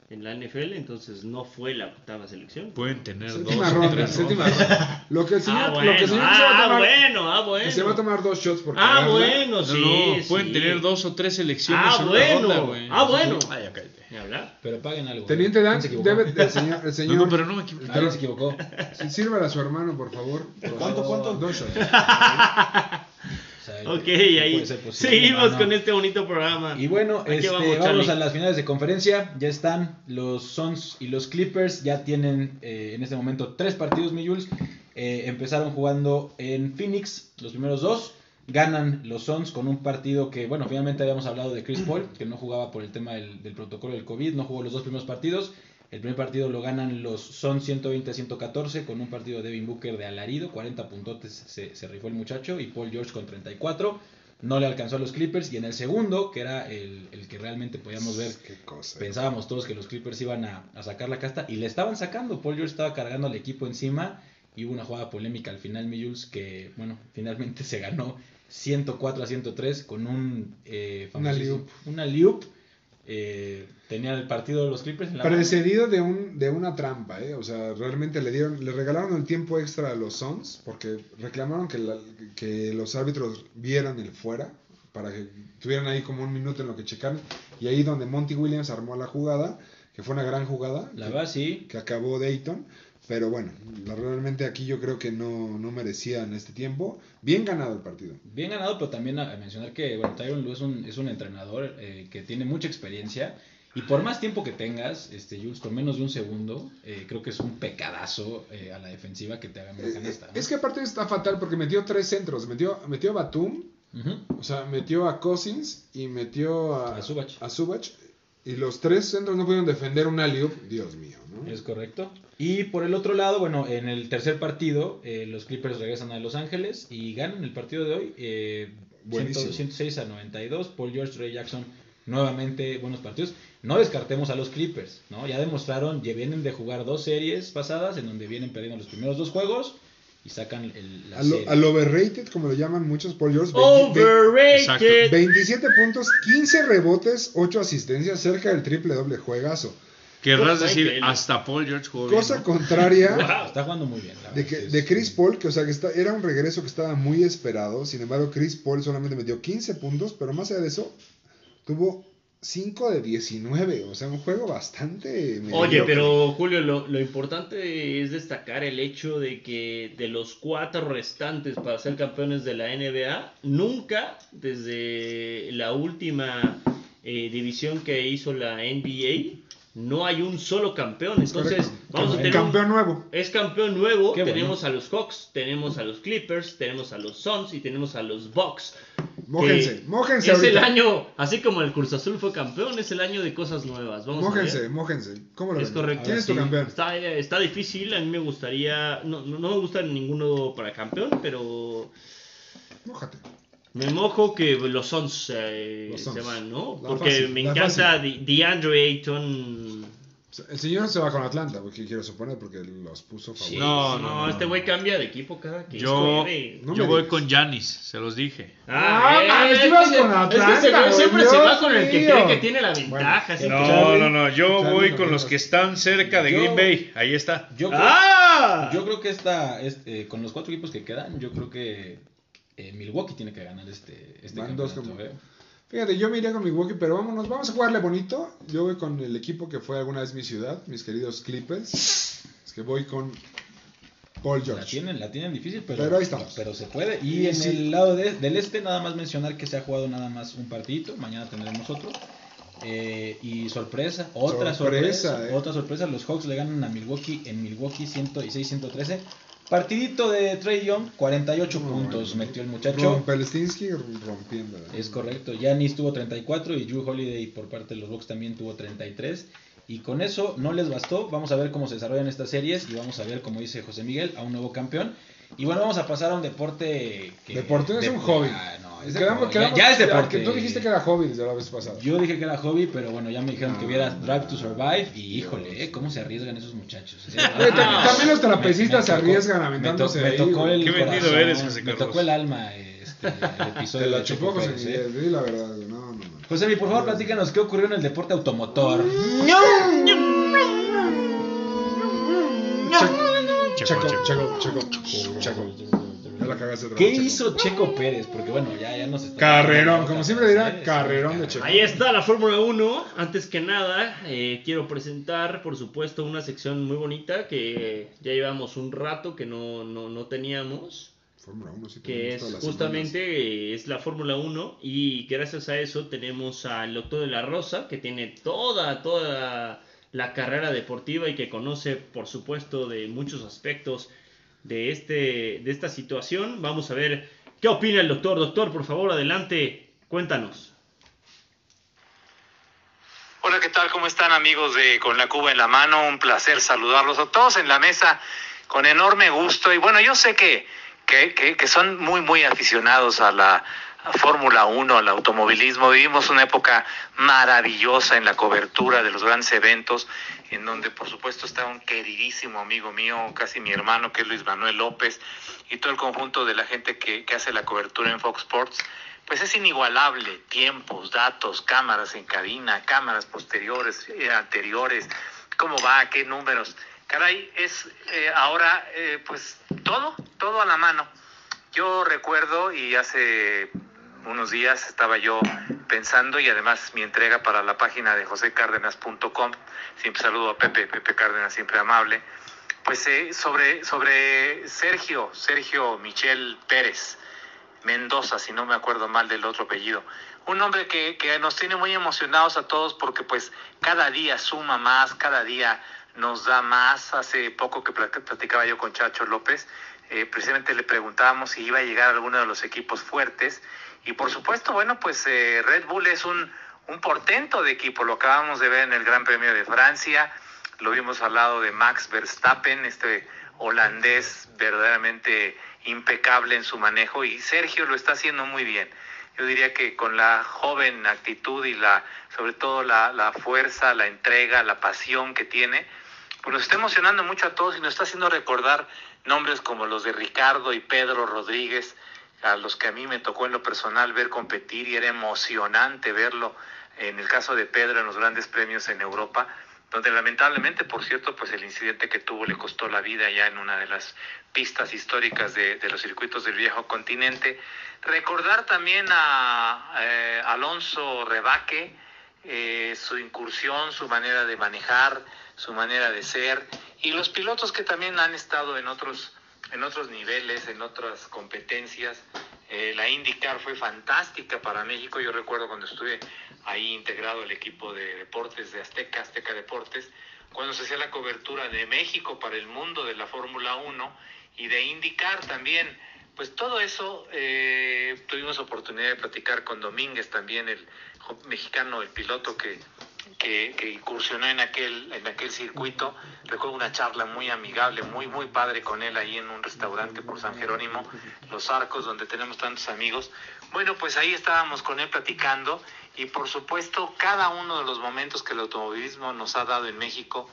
[SPEAKER 2] en la NFL, entonces no fue la octava selección.
[SPEAKER 4] Pueden tener
[SPEAKER 1] Séptima
[SPEAKER 4] dos,
[SPEAKER 1] ronda,
[SPEAKER 4] tres
[SPEAKER 1] séptima
[SPEAKER 4] rondas.
[SPEAKER 1] ronda. Lo que el señor,
[SPEAKER 2] ah,
[SPEAKER 1] lo que
[SPEAKER 2] bueno,
[SPEAKER 1] el señor se va a
[SPEAKER 2] ah,
[SPEAKER 1] tomar...
[SPEAKER 2] bueno, ah,
[SPEAKER 1] que se va a
[SPEAKER 2] bueno.
[SPEAKER 1] tomar dos shots por
[SPEAKER 2] Ah,
[SPEAKER 1] cagarla.
[SPEAKER 2] bueno,
[SPEAKER 4] No,
[SPEAKER 2] sí.
[SPEAKER 4] no, pueden
[SPEAKER 2] sí.
[SPEAKER 4] tener dos o tres selecciones
[SPEAKER 2] Ah,
[SPEAKER 4] en una
[SPEAKER 2] bueno.
[SPEAKER 4] ronda, güey.
[SPEAKER 2] Ah, bueno.
[SPEAKER 4] Ay, ya cállate.
[SPEAKER 2] Ni hablar.
[SPEAKER 3] Pero paguen algo.
[SPEAKER 1] Teniente Dan,
[SPEAKER 3] ¿Quién se equivocó?
[SPEAKER 1] debe... El señor... El señor
[SPEAKER 4] No, no, pero no me equivoqué.
[SPEAKER 3] Alguien se equivocó.
[SPEAKER 1] Sírvale a su hermano, por favor.
[SPEAKER 5] ¿Cuánto, cuánto?
[SPEAKER 1] Dos shots.
[SPEAKER 3] O sea,
[SPEAKER 2] Ok,
[SPEAKER 3] no
[SPEAKER 2] ahí
[SPEAKER 3] puede ser posible, Ah,
[SPEAKER 2] seguimos
[SPEAKER 3] no, no.
[SPEAKER 2] con este bonito programa.
[SPEAKER 3] Y bueno,
[SPEAKER 2] Aquí
[SPEAKER 3] este,
[SPEAKER 2] vamos,
[SPEAKER 3] vamos,
[SPEAKER 2] Charlie.
[SPEAKER 3] a las finales de conferencia. Ya están los Suns y los Clippers. Ya tienen eh, en este momento tres partidos, mi Jules. Eh, empezaron jugando en Phoenix los primeros dos. Ganan los Suns con un partido que, bueno, finalmente habíamos hablado de Chris Paul, que no jugaba por el tema del, del protocolo del COVID, no jugó los dos primeros partidos. El primer partido lo ganan los Suns 120-114 con un partido de Devin Booker de alarido, 40 puntotes se, se rifó el muchacho y Paul George con 34 no le alcanzó a los Clippers y en el segundo, que era el, el que realmente podíamos ver,
[SPEAKER 1] Qué cosa.
[SPEAKER 3] pensábamos todos que los Clippers iban a, a sacar la casta y le estaban sacando, Paul George estaba cargando al equipo encima y hubo una jugada polémica al final, mi Jules, que bueno, finalmente se ganó 104 a 103 con un... Eh,
[SPEAKER 1] Una
[SPEAKER 3] famosísimo-
[SPEAKER 1] alley-oop.
[SPEAKER 3] Una liup. Eh, tenía el partido de los Clippers en la mano.
[SPEAKER 1] Precedido de, un, de una trampa, ¿eh? O sea, realmente le dieron, le regalaron el tiempo extra a los Suns porque reclamaron que, la- que los árbitros vieran el fuera para que tuvieran ahí como un minuto en lo que checaron. Y ahí donde Monty Williams armó la jugada, que fue una gran jugada,
[SPEAKER 3] La
[SPEAKER 1] que-
[SPEAKER 3] verdad, sí.
[SPEAKER 1] que acabó Dayton. Pero bueno, la- realmente aquí yo creo que no, no merecían este tiempo. Bien ganado el partido.
[SPEAKER 3] Bien ganado, pero también a, a mencionar que bueno, Tyron Lue es un, es un entrenador eh, que tiene mucha experiencia y por más tiempo que tengas, este, Jules, con menos de un segundo, eh, creo que es un pecadazo eh, a la defensiva que te hagan la canasta. ¿no?
[SPEAKER 1] Eh, Es que aparte está fatal porque metió tres centros. Metió, metió a Batum,
[SPEAKER 3] Ujú.
[SPEAKER 1] O sea, metió a Cousins y metió a,
[SPEAKER 3] A Subach.
[SPEAKER 1] a Subach, Y los tres centros no pudieron defender un alley-oop. Dios mío, ¿no?
[SPEAKER 3] Es correcto. Y por el otro lado, bueno, en el tercer partido, eh, los Clippers regresan a Los Ángeles y ganan el partido de hoy. eh,
[SPEAKER 1] Buenísimo.
[SPEAKER 3] 106 a 92. Paul George, Ray Jackson, nuevamente buenos partidos. No descartemos a los Clippers, ¿no? Ya demostraron, ya vienen de jugar dos series pasadas en donde vienen perdiendo los primeros dos juegos y sacan el, la
[SPEAKER 1] Al,
[SPEAKER 3] serie.
[SPEAKER 1] al overrated, como lo llaman muchos, Paul George. 20 ve-
[SPEAKER 2] Overrated.
[SPEAKER 1] 27 puntos, 15 rebotes, 8 asistencias, cerca del triple doble juegazo.
[SPEAKER 4] Querrás
[SPEAKER 2] Cosa
[SPEAKER 4] decir,
[SPEAKER 2] increíble.
[SPEAKER 4] hasta Paul George jugó bien,
[SPEAKER 1] Cosa
[SPEAKER 4] ¿no?
[SPEAKER 1] contraria
[SPEAKER 3] Ah, Está jugando muy bien. la
[SPEAKER 1] de,
[SPEAKER 3] verdad,
[SPEAKER 1] que-
[SPEAKER 3] sí,
[SPEAKER 1] de
[SPEAKER 3] sí.
[SPEAKER 1] Chris Paul, que o sea que está- era un regreso que estaba muy esperado. Sin embargo, Chris Paul solamente metió 15 puntos, pero más allá de eso, tuvo 5 de 19. O sea, un juego bastante.
[SPEAKER 2] Oye,
[SPEAKER 1] mediocre.
[SPEAKER 2] pero Julio, lo, lo importante es destacar el hecho de que de los cuatro restantes para ser campeones de la NBA, nunca desde la última eh, división que hizo la NBA, no hay un solo campeón. Entonces,
[SPEAKER 1] Correcto.
[SPEAKER 2] vamos a
[SPEAKER 1] Un
[SPEAKER 2] tener un-
[SPEAKER 1] campeón nuevo.
[SPEAKER 2] es campeón nuevo,
[SPEAKER 3] Qué bueno.
[SPEAKER 2] tenemos a los Hawks, tenemos a los Clippers, tenemos a los Suns y tenemos a los Bucks.
[SPEAKER 1] Mójense,
[SPEAKER 2] que
[SPEAKER 1] mójense
[SPEAKER 2] Es el
[SPEAKER 1] ahorita.
[SPEAKER 2] año, así como el Cruz Azul fue campeón, es el año de cosas nuevas. Vamos a ver.
[SPEAKER 1] Mójense, mójense. ¿Cómo lo
[SPEAKER 2] Es
[SPEAKER 1] ven?
[SPEAKER 2] correcto.
[SPEAKER 1] ¿Quién es tu
[SPEAKER 2] Sí.
[SPEAKER 1] campeón?
[SPEAKER 2] Está, está difícil, a mí me gustaría. No, no no me gusta ninguno para campeón, pero
[SPEAKER 1] Mójate.
[SPEAKER 2] me mojo que los Suns eh,
[SPEAKER 1] Los
[SPEAKER 2] se
[SPEAKER 1] Suns.
[SPEAKER 2] van, ¿no?
[SPEAKER 1] La
[SPEAKER 2] Porque
[SPEAKER 1] fácil,
[SPEAKER 2] me
[SPEAKER 1] la
[SPEAKER 2] encanta Di- DeAndre Ayton.
[SPEAKER 1] O sea, El señor se va con Atlanta, porque quiero suponer, porque los puso favor.
[SPEAKER 2] Sí,
[SPEAKER 4] No, no, no,
[SPEAKER 2] este
[SPEAKER 4] no.
[SPEAKER 2] güey cambia de equipo cada que
[SPEAKER 4] Yo,
[SPEAKER 2] escoge.
[SPEAKER 1] No
[SPEAKER 4] yo
[SPEAKER 1] me
[SPEAKER 4] voy
[SPEAKER 1] digas.
[SPEAKER 4] con Janis, se los dije.
[SPEAKER 2] Ah,
[SPEAKER 1] Ah,
[SPEAKER 2] eh,
[SPEAKER 1] mames,
[SPEAKER 2] es
[SPEAKER 1] tú
[SPEAKER 2] que
[SPEAKER 1] ibas
[SPEAKER 2] se-
[SPEAKER 1] con Atlanta,
[SPEAKER 2] Es que ese güey
[SPEAKER 1] güey,
[SPEAKER 2] siempre se
[SPEAKER 1] Dios
[SPEAKER 2] va con el que
[SPEAKER 1] mío.
[SPEAKER 2] cree que tiene la ventaja. siempre-
[SPEAKER 4] No, no, no, yo
[SPEAKER 1] Charlie,
[SPEAKER 4] voy
[SPEAKER 1] no,
[SPEAKER 4] con
[SPEAKER 1] no,
[SPEAKER 4] los
[SPEAKER 1] no.
[SPEAKER 4] que están cerca de
[SPEAKER 3] Yo-
[SPEAKER 4] Green Bay. Ahí está.
[SPEAKER 3] Yo creo,
[SPEAKER 2] ¡Ah!
[SPEAKER 3] yo creo que esta, este, eh, con los cuatro equipos que quedan, yo creo que eh, Milwaukee tiene que ganar este, este
[SPEAKER 1] Van dos
[SPEAKER 3] campeonato.
[SPEAKER 1] como-
[SPEAKER 3] ¿eh?
[SPEAKER 1] Fíjate, yo me iría con Milwaukee, pero vámonos, vamos a jugarle bonito. Yo voy con el equipo que fue alguna vez mi ciudad, mis queridos Clippers. Es que voy con Paul
[SPEAKER 3] La
[SPEAKER 1] George.
[SPEAKER 3] tienen, la tienen difícil, pero,
[SPEAKER 1] Pero ahí estamos.
[SPEAKER 3] pero se puede. Y
[SPEAKER 1] Y
[SPEAKER 3] en
[SPEAKER 1] sí.
[SPEAKER 3] el lado de- del este, nada más mencionar que se ha jugado nada más un partidito. Mañana tendremos otro. Eh, y sorpresa, otra
[SPEAKER 1] Sorpresa,
[SPEAKER 3] sorpresa,
[SPEAKER 1] eh.
[SPEAKER 3] otra sorpresa. Los Hawks le ganan a Milwaukee en Milwaukee 106-113. Partidito de Trey Young, 48
[SPEAKER 1] No,
[SPEAKER 3] puntos
[SPEAKER 1] bueno.
[SPEAKER 3] metió el muchacho.
[SPEAKER 1] Rompelstinsky rompiendo. ¿eh?
[SPEAKER 3] Es correcto, Giannis tuvo 34 y Drew Holiday por parte de los Bucks también tuvo 33. Y con eso no les bastó. Vamos a ver cómo se desarrollan estas series y vamos a ver, como dice José Miguel, a un nuevo campeón. Y bueno, vamos a pasar a un deporte que.
[SPEAKER 1] Deporte es
[SPEAKER 3] de-
[SPEAKER 1] un hobby.
[SPEAKER 3] Ah, no, es
[SPEAKER 1] Quedamos-
[SPEAKER 3] deporte.
[SPEAKER 1] quedamos-
[SPEAKER 3] ya, ya es
[SPEAKER 1] que
[SPEAKER 3] deporte.
[SPEAKER 1] Tú dijiste que era Ah. hobby desde la vez pasada.
[SPEAKER 3] Yo dije que era hobby, pero bueno, ya me dijeron que hubiera Drive to Survive. Y
[SPEAKER 1] Dios.
[SPEAKER 3] híjole, eh, ¿cómo se arriesgan esos muchachos? eh.
[SPEAKER 1] Oye, ta-
[SPEAKER 2] Ah.
[SPEAKER 1] también los trapecistas
[SPEAKER 3] Me- me
[SPEAKER 1] se
[SPEAKER 3] tocó-
[SPEAKER 1] arriesgan
[SPEAKER 3] me to-
[SPEAKER 1] aventándose
[SPEAKER 3] me
[SPEAKER 1] ahí,
[SPEAKER 3] tocó
[SPEAKER 1] güey.
[SPEAKER 3] el
[SPEAKER 4] Qué vendido
[SPEAKER 3] corazón,
[SPEAKER 4] eres, José
[SPEAKER 3] Me
[SPEAKER 4] Carlos.
[SPEAKER 3] tocó el alma este, el episodio
[SPEAKER 1] Te la
[SPEAKER 3] de Checo
[SPEAKER 1] chupó José
[SPEAKER 3] Pérez, eh. Pues,
[SPEAKER 1] Miguel, di la verdad. güey. No, no, no.
[SPEAKER 3] José, mi, por favor, platícanos qué ocurrió en el deporte automotor.
[SPEAKER 1] Mm. Checo, checo, checo, checo, checo. Ya la cagaste otra
[SPEAKER 3] ¿Qué
[SPEAKER 1] vez, Checo.
[SPEAKER 3] hizo Checo Pérez? Porque bueno, ya, ya nos está.
[SPEAKER 1] Carrerón, como siempre dirá,
[SPEAKER 3] Sí,
[SPEAKER 1] carrerón de Checo.
[SPEAKER 2] Ahí está la Fórmula 1. Antes que nada, eh, quiero presentar, por supuesto, una sección muy bonita que ya llevamos un rato que no, no, no teníamos,
[SPEAKER 1] Fórmula 1, sí,
[SPEAKER 2] que
[SPEAKER 1] tenemos
[SPEAKER 2] es
[SPEAKER 1] todas las
[SPEAKER 2] justamente
[SPEAKER 1] semanas.
[SPEAKER 2] eh, es la Fórmula 1 y gracias a eso tenemos al doctor de la Rosa que tiene toda, toda la carrera deportiva y que conoce, por supuesto, de muchos aspectos de, este, de esta situación. Vamos a ver qué opina el doctor. Doctor, por favor, adelante, cuéntanos.
[SPEAKER 7] Hola, ¿qué tal? ¿Cómo están amigos de Con la Cuba en la mano? Un placer saludarlos a todos en la mesa con enorme gusto. Y bueno, yo sé que, que, que- que son muy, muy aficionados a la a Fórmula 1, al automovilismo. Vivimos una época maravillosa en la cobertura de los grandes eventos, en donde por supuesto está un queridísimo amigo mío, casi mi hermano, que es Luis Manuel López, y todo el conjunto de la gente que, que hace la cobertura en Fox Sports pues es inigualable. Tiempos, datos, cámaras en cabina, cámaras posteriores, eh, anteriores, cómo va, qué números. Caray, es eh, ahora eh, pues todo, todo a la mano. Yo recuerdo y hace unos días estaba yo pensando y además mi entrega para la página de josecárdenas.com, siempre saludo a Pepe, Pepe Cárdenas siempre amable, pues eh, sobre, sobre Sergio, Sergio Michel Pérez, Mendoza, si no me acuerdo mal del otro apellido. Un hombre que, que nos tiene muy emocionados a todos porque pues cada día suma más, cada día nos da más. Hace poco que plat- platicaba yo con Chacho López, eh, precisamente le preguntábamos si iba a llegar alguno de los equipos fuertes. Y por supuesto, bueno, pues eh, Red Bull es un, un portento de equipo, lo acabamos de ver en el Gran Premio de Francia, lo vimos al lado de Max Verstappen, este holandés verdaderamente impecable en su manejo y Sergio lo está haciendo muy bien. Yo diría que con la joven actitud y la, sobre todo la, la fuerza, la entrega, la pasión que tiene, pues nos está emocionando mucho a todos y nos está haciendo recordar nombres como los de Ricardo y Pedro Rodríguez, a los que a mí me tocó en lo personal ver competir y era emocionante verlo en el caso de Pedro en los grandes premios en Europa, donde lamentablemente, por cierto, pues el incidente que tuvo le costó la vida ya en una de las pistas históricas de, de los circuitos del viejo continente. Recordar también a eh, Alonso Rebaque, eh, su incursión, su manera de manejar, su manera de ser, y los pilotos que también han estado en otros en otros niveles, en otras competencias. Eh, la IndyCar fue fantástica para México. Yo recuerdo cuando estuve ahí integrado al equipo de deportes de Azteca, Azteca Deportes, cuando se hacía la cobertura de México para el mundo de la Fórmula 1 y de IndyCar también. Pues todo eso eh, tuvimos oportunidad de platicar con Domínguez también, el mexicano, el piloto que, que, que, incursionó en aquel, en aquel circuito. Recuerdo una charla muy amigable, muy, muy padre con él ahí en un restaurante por San Jerónimo, Los Arcos, donde tenemos tantos amigos. Bueno, pues ahí estábamos con él platicando y por supuesto cada uno de los momentos que el automovilismo nos ha dado en México,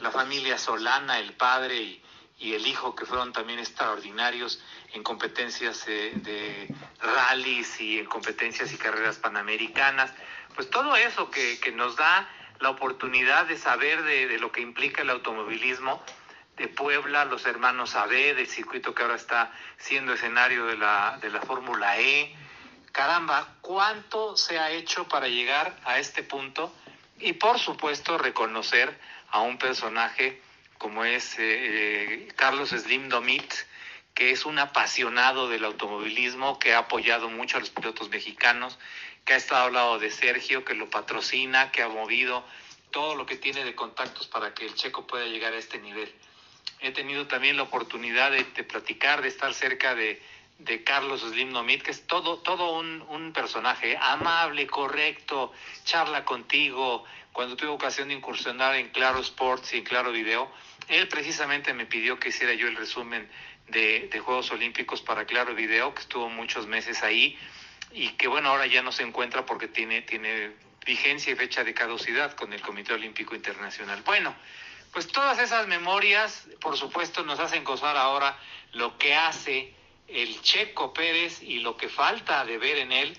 [SPEAKER 7] la familia Solana, el padre y, y el hijo que fueron también extraordinarios en competencias eh, de rallies y en competencias y carreras panamericanas pues todo eso que, que, nos da la oportunidad de saber de, de, lo que implica el automovilismo de Puebla, los hermanos AB, del circuito que ahora está siendo escenario de la, de la Fórmula E. Caramba, ¿cuánto se ha hecho para llegar a este punto? Y por supuesto reconocer a un personaje como es eh, Carlos Slim Domit, que es un apasionado del automovilismo, que ha apoyado mucho a los pilotos mexicanos, que ha estado al lado de Sergio, que lo patrocina, que ha movido todo lo que tiene de contactos para que el checo pueda llegar a este nivel. He tenido también la oportunidad de, de platicar, de estar cerca de, de Carlos Slim Nomit, que es todo, todo un, un, personaje amable, correcto, charla contigo. Cuando tuve ocasión de incursionar en Claro Sports y en Claro Video, él precisamente me pidió que hiciera yo el resumen de, de Juegos Olímpicos para Claro Video, que estuvo muchos meses ahí y que bueno, ahora ya no se encuentra porque tiene, tiene vigencia y fecha de caducidad con el Comité Olímpico Internacional. Bueno, pues todas esas memorias, por supuesto, nos hacen gozar ahora lo que hace el Checo Pérez y lo que falta de ver en él.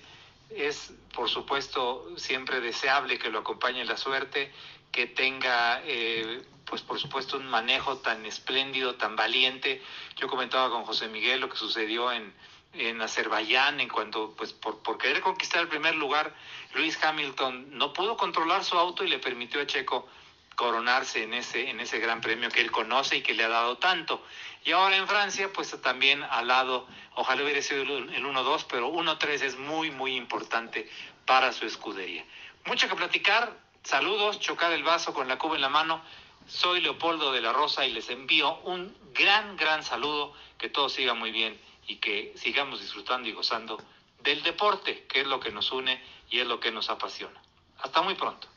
[SPEAKER 7] Es, por supuesto, siempre deseable que lo acompañe la suerte, que tenga, eh, pues por supuesto, un manejo tan espléndido, tan valiente. Yo comentaba con José Miguel lo que sucedió en, en Azerbaiyán en cuanto pues por, por, querer conquistar el primer lugar Luis Hamilton no pudo controlar su auto y le permitió a Checo coronarse en ese en ese gran premio que él conoce y que le ha dado tanto y ahora en Francia pues también al lado ojalá hubiera sido el 1-2 pero 1-3 es muy muy importante para su escudería mucho que platicar saludos chocar el vaso con la cuba en la mano soy Leopoldo de la Rosa y les envío un gran gran saludo que todo siga muy bien y que sigamos disfrutando y gozando del deporte, que es lo que nos une y es lo que nos apasiona. Hasta muy pronto.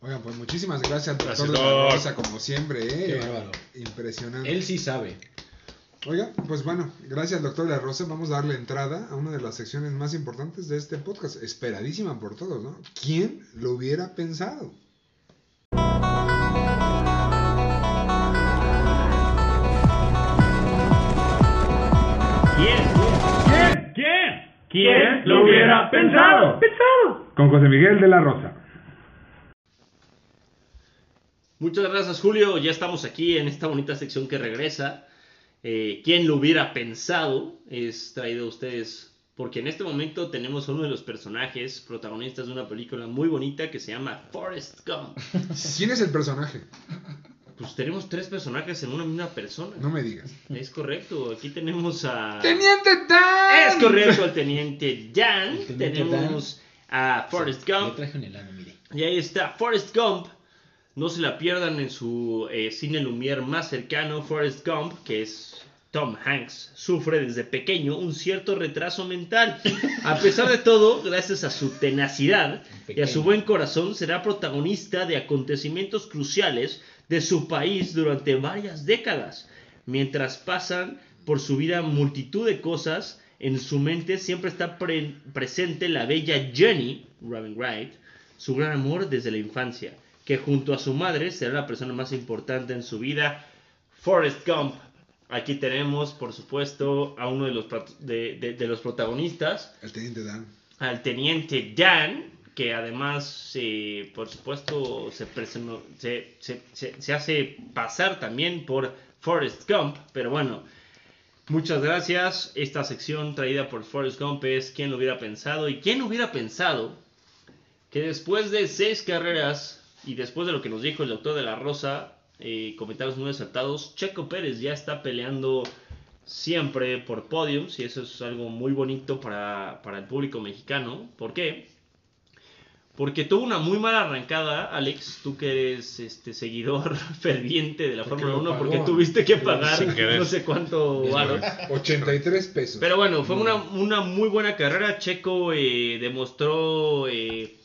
[SPEAKER 1] Oigan, pues muchísimas gracias al doctor de la Rosa, como siempre, ¿eh? Qué Impresionante.
[SPEAKER 3] Él sí sabe.
[SPEAKER 1] Oiga, pues bueno, gracias doctor de la Rosa. Vamos a darle entrada a una de las secciones más importantes de este podcast, esperadísima por todos, ¿no? ¿Quién lo hubiera pensado?
[SPEAKER 6] ¿Quién? ¿Quién? ¿Quién? ¿Quién lo hubiera pensado? Pensado. Con José Miguel de la Rosa.
[SPEAKER 2] Muchas gracias, Julio. Ya estamos aquí en esta bonita sección que regresa. Eh, ¿Quién lo hubiera pensado? Es traído a ustedes porque en este momento tenemos a uno de los personajes protagonistas de una película muy bonita que se llama Forrest Gump.
[SPEAKER 1] ¿Quién es el personaje?
[SPEAKER 2] Pues tenemos tres personajes en una misma persona.
[SPEAKER 1] No me digas.
[SPEAKER 2] Es correcto. Aquí tenemos a.
[SPEAKER 1] ¡Teniente Dan!
[SPEAKER 2] Es correcto, al teniente Dan. El teniente tenemos Dan. a Forrest Gump.
[SPEAKER 3] Le traje un helado, mire.
[SPEAKER 2] Y ahí está, Forrest Gump. No se la pierdan en su eh, cine Lumière más cercano. Forrest Gump, que es Tom Hanks, sufre desde pequeño un cierto retraso mental. A pesar de todo, gracias a su tenacidad y a su buen corazón, será protagonista de acontecimientos cruciales de su país durante varias décadas. Mientras pasan por su vida multitud de cosas, en su mente siempre está pre presente la bella Jenny, Robin Wright, su gran amor desde la infancia, que junto a su madre será la persona más importante en su vida. Forrest Gump Aquí tenemos, por supuesto, a uno de los, prot- de, de- de los protagonistas,
[SPEAKER 1] El teniente Dan.
[SPEAKER 2] al teniente Dan, que además, eh, por supuesto, se, presumo- se, se- se- se hace pasar también por Forrest Gump, pero bueno. Muchas gracias. Esta sección traída por Forrest Gump es ¿Quién lo hubiera pensado? ¿Y quién hubiera pensado que después de seis carreras y después de lo que nos dijo el doctor de la Rosa, eh, comentarios muy acertados, Checo Pérez ya está peleando siempre por podiums y eso es algo muy bonito para, para el público mexicano. ¿Por qué? Porque tuvo una muy mala arrancada, Alex, tú que eres este seguidor ferviente de la
[SPEAKER 1] Porque
[SPEAKER 2] Fórmula
[SPEAKER 1] lo
[SPEAKER 2] 1,
[SPEAKER 1] pagó.
[SPEAKER 2] porque tuviste que pagar
[SPEAKER 4] Sin querer.
[SPEAKER 2] no sé cuánto varo.
[SPEAKER 1] 83 pesos.
[SPEAKER 2] Pero bueno, fue una, una muy buena carrera. Checo eh, demostró eh,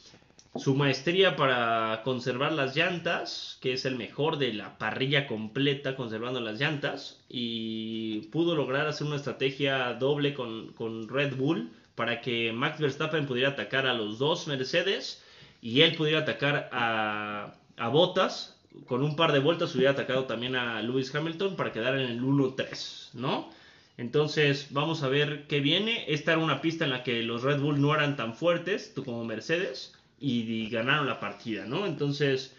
[SPEAKER 2] su maestría para conservar las llantas, que es el mejor de la parrilla completa conservando las llantas. Y pudo lograr hacer una estrategia doble con, con Red Bull para que Max Verstappen pudiera atacar a los dos Mercedes y él pudiera atacar a, a Bottas. Con un par de vueltas hubiera atacado también a Lewis Hamilton para quedar en el 1-3, ¿no? Entonces, vamos a ver qué viene. Esta era una pista en la que los Red Bull no eran tan fuertes tú como Mercedes y, y ganaron la partida, ¿no? Entonces,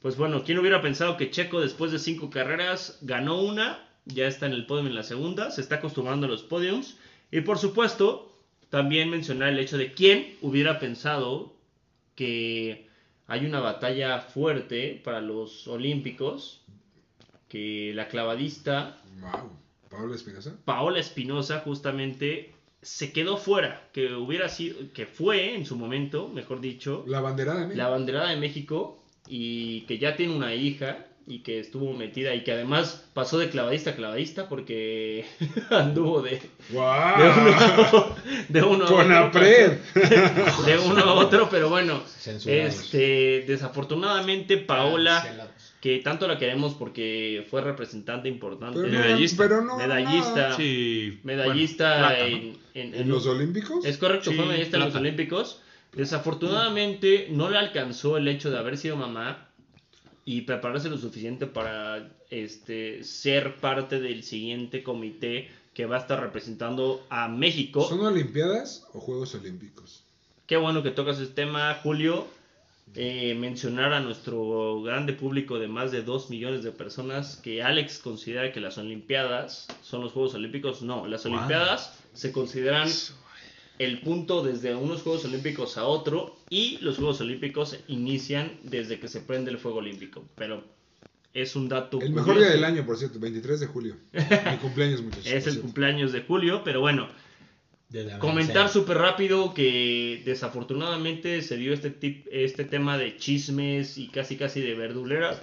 [SPEAKER 2] pues bueno, ¿quién hubiera pensado que Checo después de cinco carreras ganó una? Ya está en el podium en la segunda, se está acostumbrando a los podiums. Y por supuesto, también mencionar el hecho de quién hubiera pensado que hay una batalla fuerte para los Olímpicos, que la clavadista
[SPEAKER 1] Wow. Pablo Espinosa.
[SPEAKER 2] Paola Espinosa justamente se quedó fuera, que hubiera sido, que fue en su momento, mejor dicho,
[SPEAKER 1] La banderada de México.
[SPEAKER 2] la banderada de México y que ya tiene una hija y que estuvo metida y que además pasó de clavadista a clavadista porque anduvo de,
[SPEAKER 1] Wow.
[SPEAKER 2] de uno a
[SPEAKER 1] Con
[SPEAKER 2] otro,
[SPEAKER 1] Apred.
[SPEAKER 2] de uno a otro, pero bueno,
[SPEAKER 3] Censurados.
[SPEAKER 2] este, desafortunadamente Paola,
[SPEAKER 3] Cancelados.
[SPEAKER 2] que tanto la queremos porque fue representante importante,
[SPEAKER 1] Pero no,
[SPEAKER 4] Medallista.
[SPEAKER 1] pero no,
[SPEAKER 2] medallista,
[SPEAKER 4] Sí.
[SPEAKER 2] medallista
[SPEAKER 4] bueno, plata, ¿no?
[SPEAKER 2] en, en-
[SPEAKER 1] no.
[SPEAKER 2] en-
[SPEAKER 1] ¿En los Olímpicos?
[SPEAKER 2] Es correcto,
[SPEAKER 4] Sí,
[SPEAKER 2] fue medallista en los
[SPEAKER 4] plata.
[SPEAKER 2] Olímpicos. Desafortunadamente no le alcanzó el hecho de haber sido mamá y prepararse lo suficiente para este, ser parte del siguiente comité que va a estar representando a México.
[SPEAKER 1] ¿Son Olimpiadas o Juegos Olímpicos?
[SPEAKER 2] Qué bueno que tocas este tema, Julio. Eh, mencionar a nuestro grande público de más de 2 millones de personas que Alex considera que las Olimpiadas son los Juegos Olímpicos. No, las Olimpiadas se consideran el punto desde unos Juegos Olímpicos a otro y los Juegos Olímpicos inician desde que se prende el fuego olímpico. Pero es un dato.
[SPEAKER 1] El mejor
[SPEAKER 2] curioso.
[SPEAKER 1] día del año, por cierto, 23 de julio. Mi cumpleaños, muchachos.
[SPEAKER 2] Es
[SPEAKER 1] por
[SPEAKER 2] el
[SPEAKER 1] cierto.
[SPEAKER 2] cumpleaños de Julio, pero bueno,
[SPEAKER 3] De la
[SPEAKER 2] Comentar
[SPEAKER 3] Mercedes.
[SPEAKER 2] súper rápido que desafortunadamente se dio este, tip- este tema de chismes y casi casi de verduleras.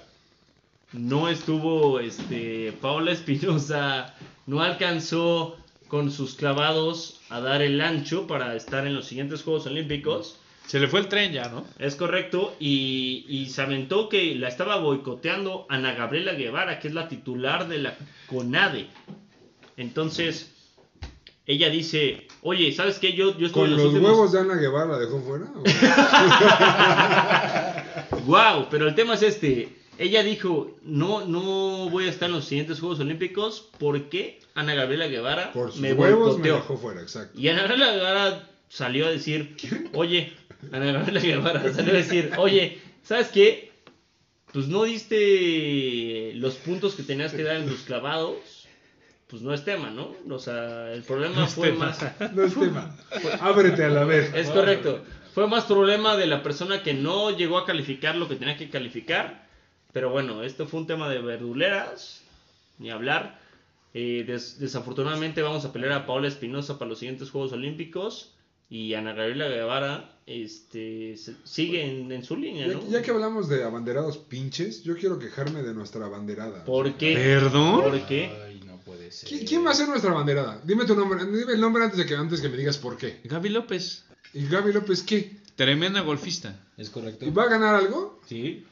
[SPEAKER 2] No estuvo este, Paola Espinosa, no alcanzó con sus clavados a dar el ancho para estar en los siguientes Juegos Olímpicos.
[SPEAKER 4] Se le fue el tren ya, ¿no?
[SPEAKER 2] Es correcto, y, y se aventó que la estaba boicoteando Ana Gabriela Guevara, que es la titular de la CONADE. Entonces, ella dice, oye, ¿sabes qué? Yo, yo estoy
[SPEAKER 1] ¿Con los, huevos de Ana Guevara la dejó fuera? ¿O
[SPEAKER 2] Wow, pero el tema es este. Ella dijo, no, no voy a estar en los siguientes Juegos Olímpicos porque Ana Gabriela Guevara
[SPEAKER 1] Por sus
[SPEAKER 2] me
[SPEAKER 1] huevos me
[SPEAKER 2] boicoteó.
[SPEAKER 1] dejó fuera, exacto.
[SPEAKER 2] Y Ana Gabriela Guevara salió a decir, oye, Ana Gabriela Guevara salió a decir, oye, ¿sabes qué? Pues no diste los puntos que tenías que dar en tus clavados, pues no es tema, ¿no? O sea, el problema fue más...
[SPEAKER 1] No es tema. Ábrete a la verga.
[SPEAKER 2] Es correcto. Fue más problema de la persona que no llegó a calificar lo que tenía que calificar. Pero bueno, esto fue un tema de verduleras. Ni hablar. Eh, des- desafortunadamente vamos a pelear a Paola Espinosa para los siguientes Juegos Olímpicos. Y Ana Gabriela Guevara este, se- sigue en, en su línea,
[SPEAKER 1] Ah, Ya,
[SPEAKER 2] ¿no?
[SPEAKER 1] ya que hablamos de abanderados pinches, yo quiero quejarme de nuestra abanderada.
[SPEAKER 2] ¿Por qué?
[SPEAKER 4] ¿Perdón?
[SPEAKER 2] ¿Por qué?
[SPEAKER 3] Ay, no puede ser.
[SPEAKER 1] ¿Qui- ¿Quién va a ser nuestra abanderada? Dime tu nombre, dime el nombre antes de que antes que me digas por qué.
[SPEAKER 4] Gaby López,
[SPEAKER 1] ¿Y Gaby López qué?
[SPEAKER 4] tremenda golfista.
[SPEAKER 3] Es correcto.
[SPEAKER 1] ¿Y ¿Va a ganar algo?
[SPEAKER 3] Sí.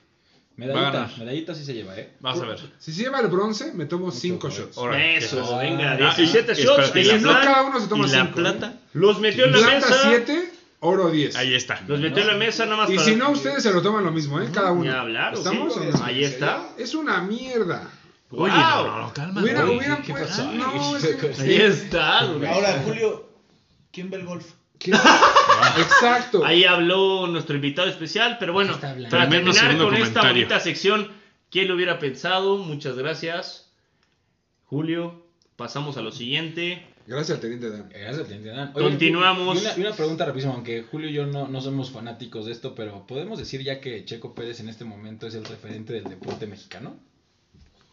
[SPEAKER 4] Va a
[SPEAKER 3] Medallita,
[SPEAKER 4] ganar.
[SPEAKER 3] medallita sí se lleva, ¿eh?
[SPEAKER 4] Vas a ver.
[SPEAKER 1] Si se lleva el bronce, me tomo 5 shots.
[SPEAKER 4] Órale.
[SPEAKER 2] Eso,
[SPEAKER 3] Ah,
[SPEAKER 2] venga,
[SPEAKER 3] ah,
[SPEAKER 2] 17
[SPEAKER 4] y-
[SPEAKER 2] shots.
[SPEAKER 4] espérate,
[SPEAKER 2] ahí
[SPEAKER 4] y la
[SPEAKER 2] están.
[SPEAKER 1] plata- cada uno se toma
[SPEAKER 4] ¿Y la
[SPEAKER 1] cinco, ¿eh?
[SPEAKER 4] plata?
[SPEAKER 2] Los metió en la
[SPEAKER 1] Plata
[SPEAKER 2] mesa.
[SPEAKER 1] 7, oro 10.
[SPEAKER 4] Ahí está.
[SPEAKER 2] Los metió en la mesa nada más
[SPEAKER 1] Y
[SPEAKER 2] para-
[SPEAKER 1] si no, ustedes se lo toman lo mismo, ¿eh? Cada uno.
[SPEAKER 2] Ni hablar, ¿o
[SPEAKER 1] ¿Estamos
[SPEAKER 2] sí?
[SPEAKER 1] o no?
[SPEAKER 2] Ahí está.
[SPEAKER 1] Es una mierda.
[SPEAKER 2] Oye,
[SPEAKER 4] no, no, no, calma.
[SPEAKER 1] Hubiera,
[SPEAKER 4] güey.
[SPEAKER 1] hubiera
[SPEAKER 4] ¿Qué
[SPEAKER 1] puesto-
[SPEAKER 4] pasó?
[SPEAKER 1] No, es que-
[SPEAKER 2] Ahí está, güey.
[SPEAKER 8] Ahora, Julio, ¿quién ve el golf?
[SPEAKER 1] ¿Quién- Exacto.
[SPEAKER 2] Ahí habló nuestro invitado especial, pero bueno,
[SPEAKER 8] Está hablando.
[SPEAKER 2] para
[SPEAKER 4] Tremendo
[SPEAKER 2] terminar
[SPEAKER 4] segundo
[SPEAKER 2] con esta
[SPEAKER 4] comentario.
[SPEAKER 2] bonita sección, ¿quién lo hubiera pensado? Muchas gracias, Julio. Pasamos a lo siguiente.
[SPEAKER 1] Gracias al teniente Dan.
[SPEAKER 3] Gracias al Teniente Dan.
[SPEAKER 2] Continuamos.
[SPEAKER 3] y una, y una pregunta rapidísima, aunque Julio y yo no, no somos fanáticos de esto, pero ¿podemos decir ya que Checo Pérez en este momento es el referente del deporte mexicano?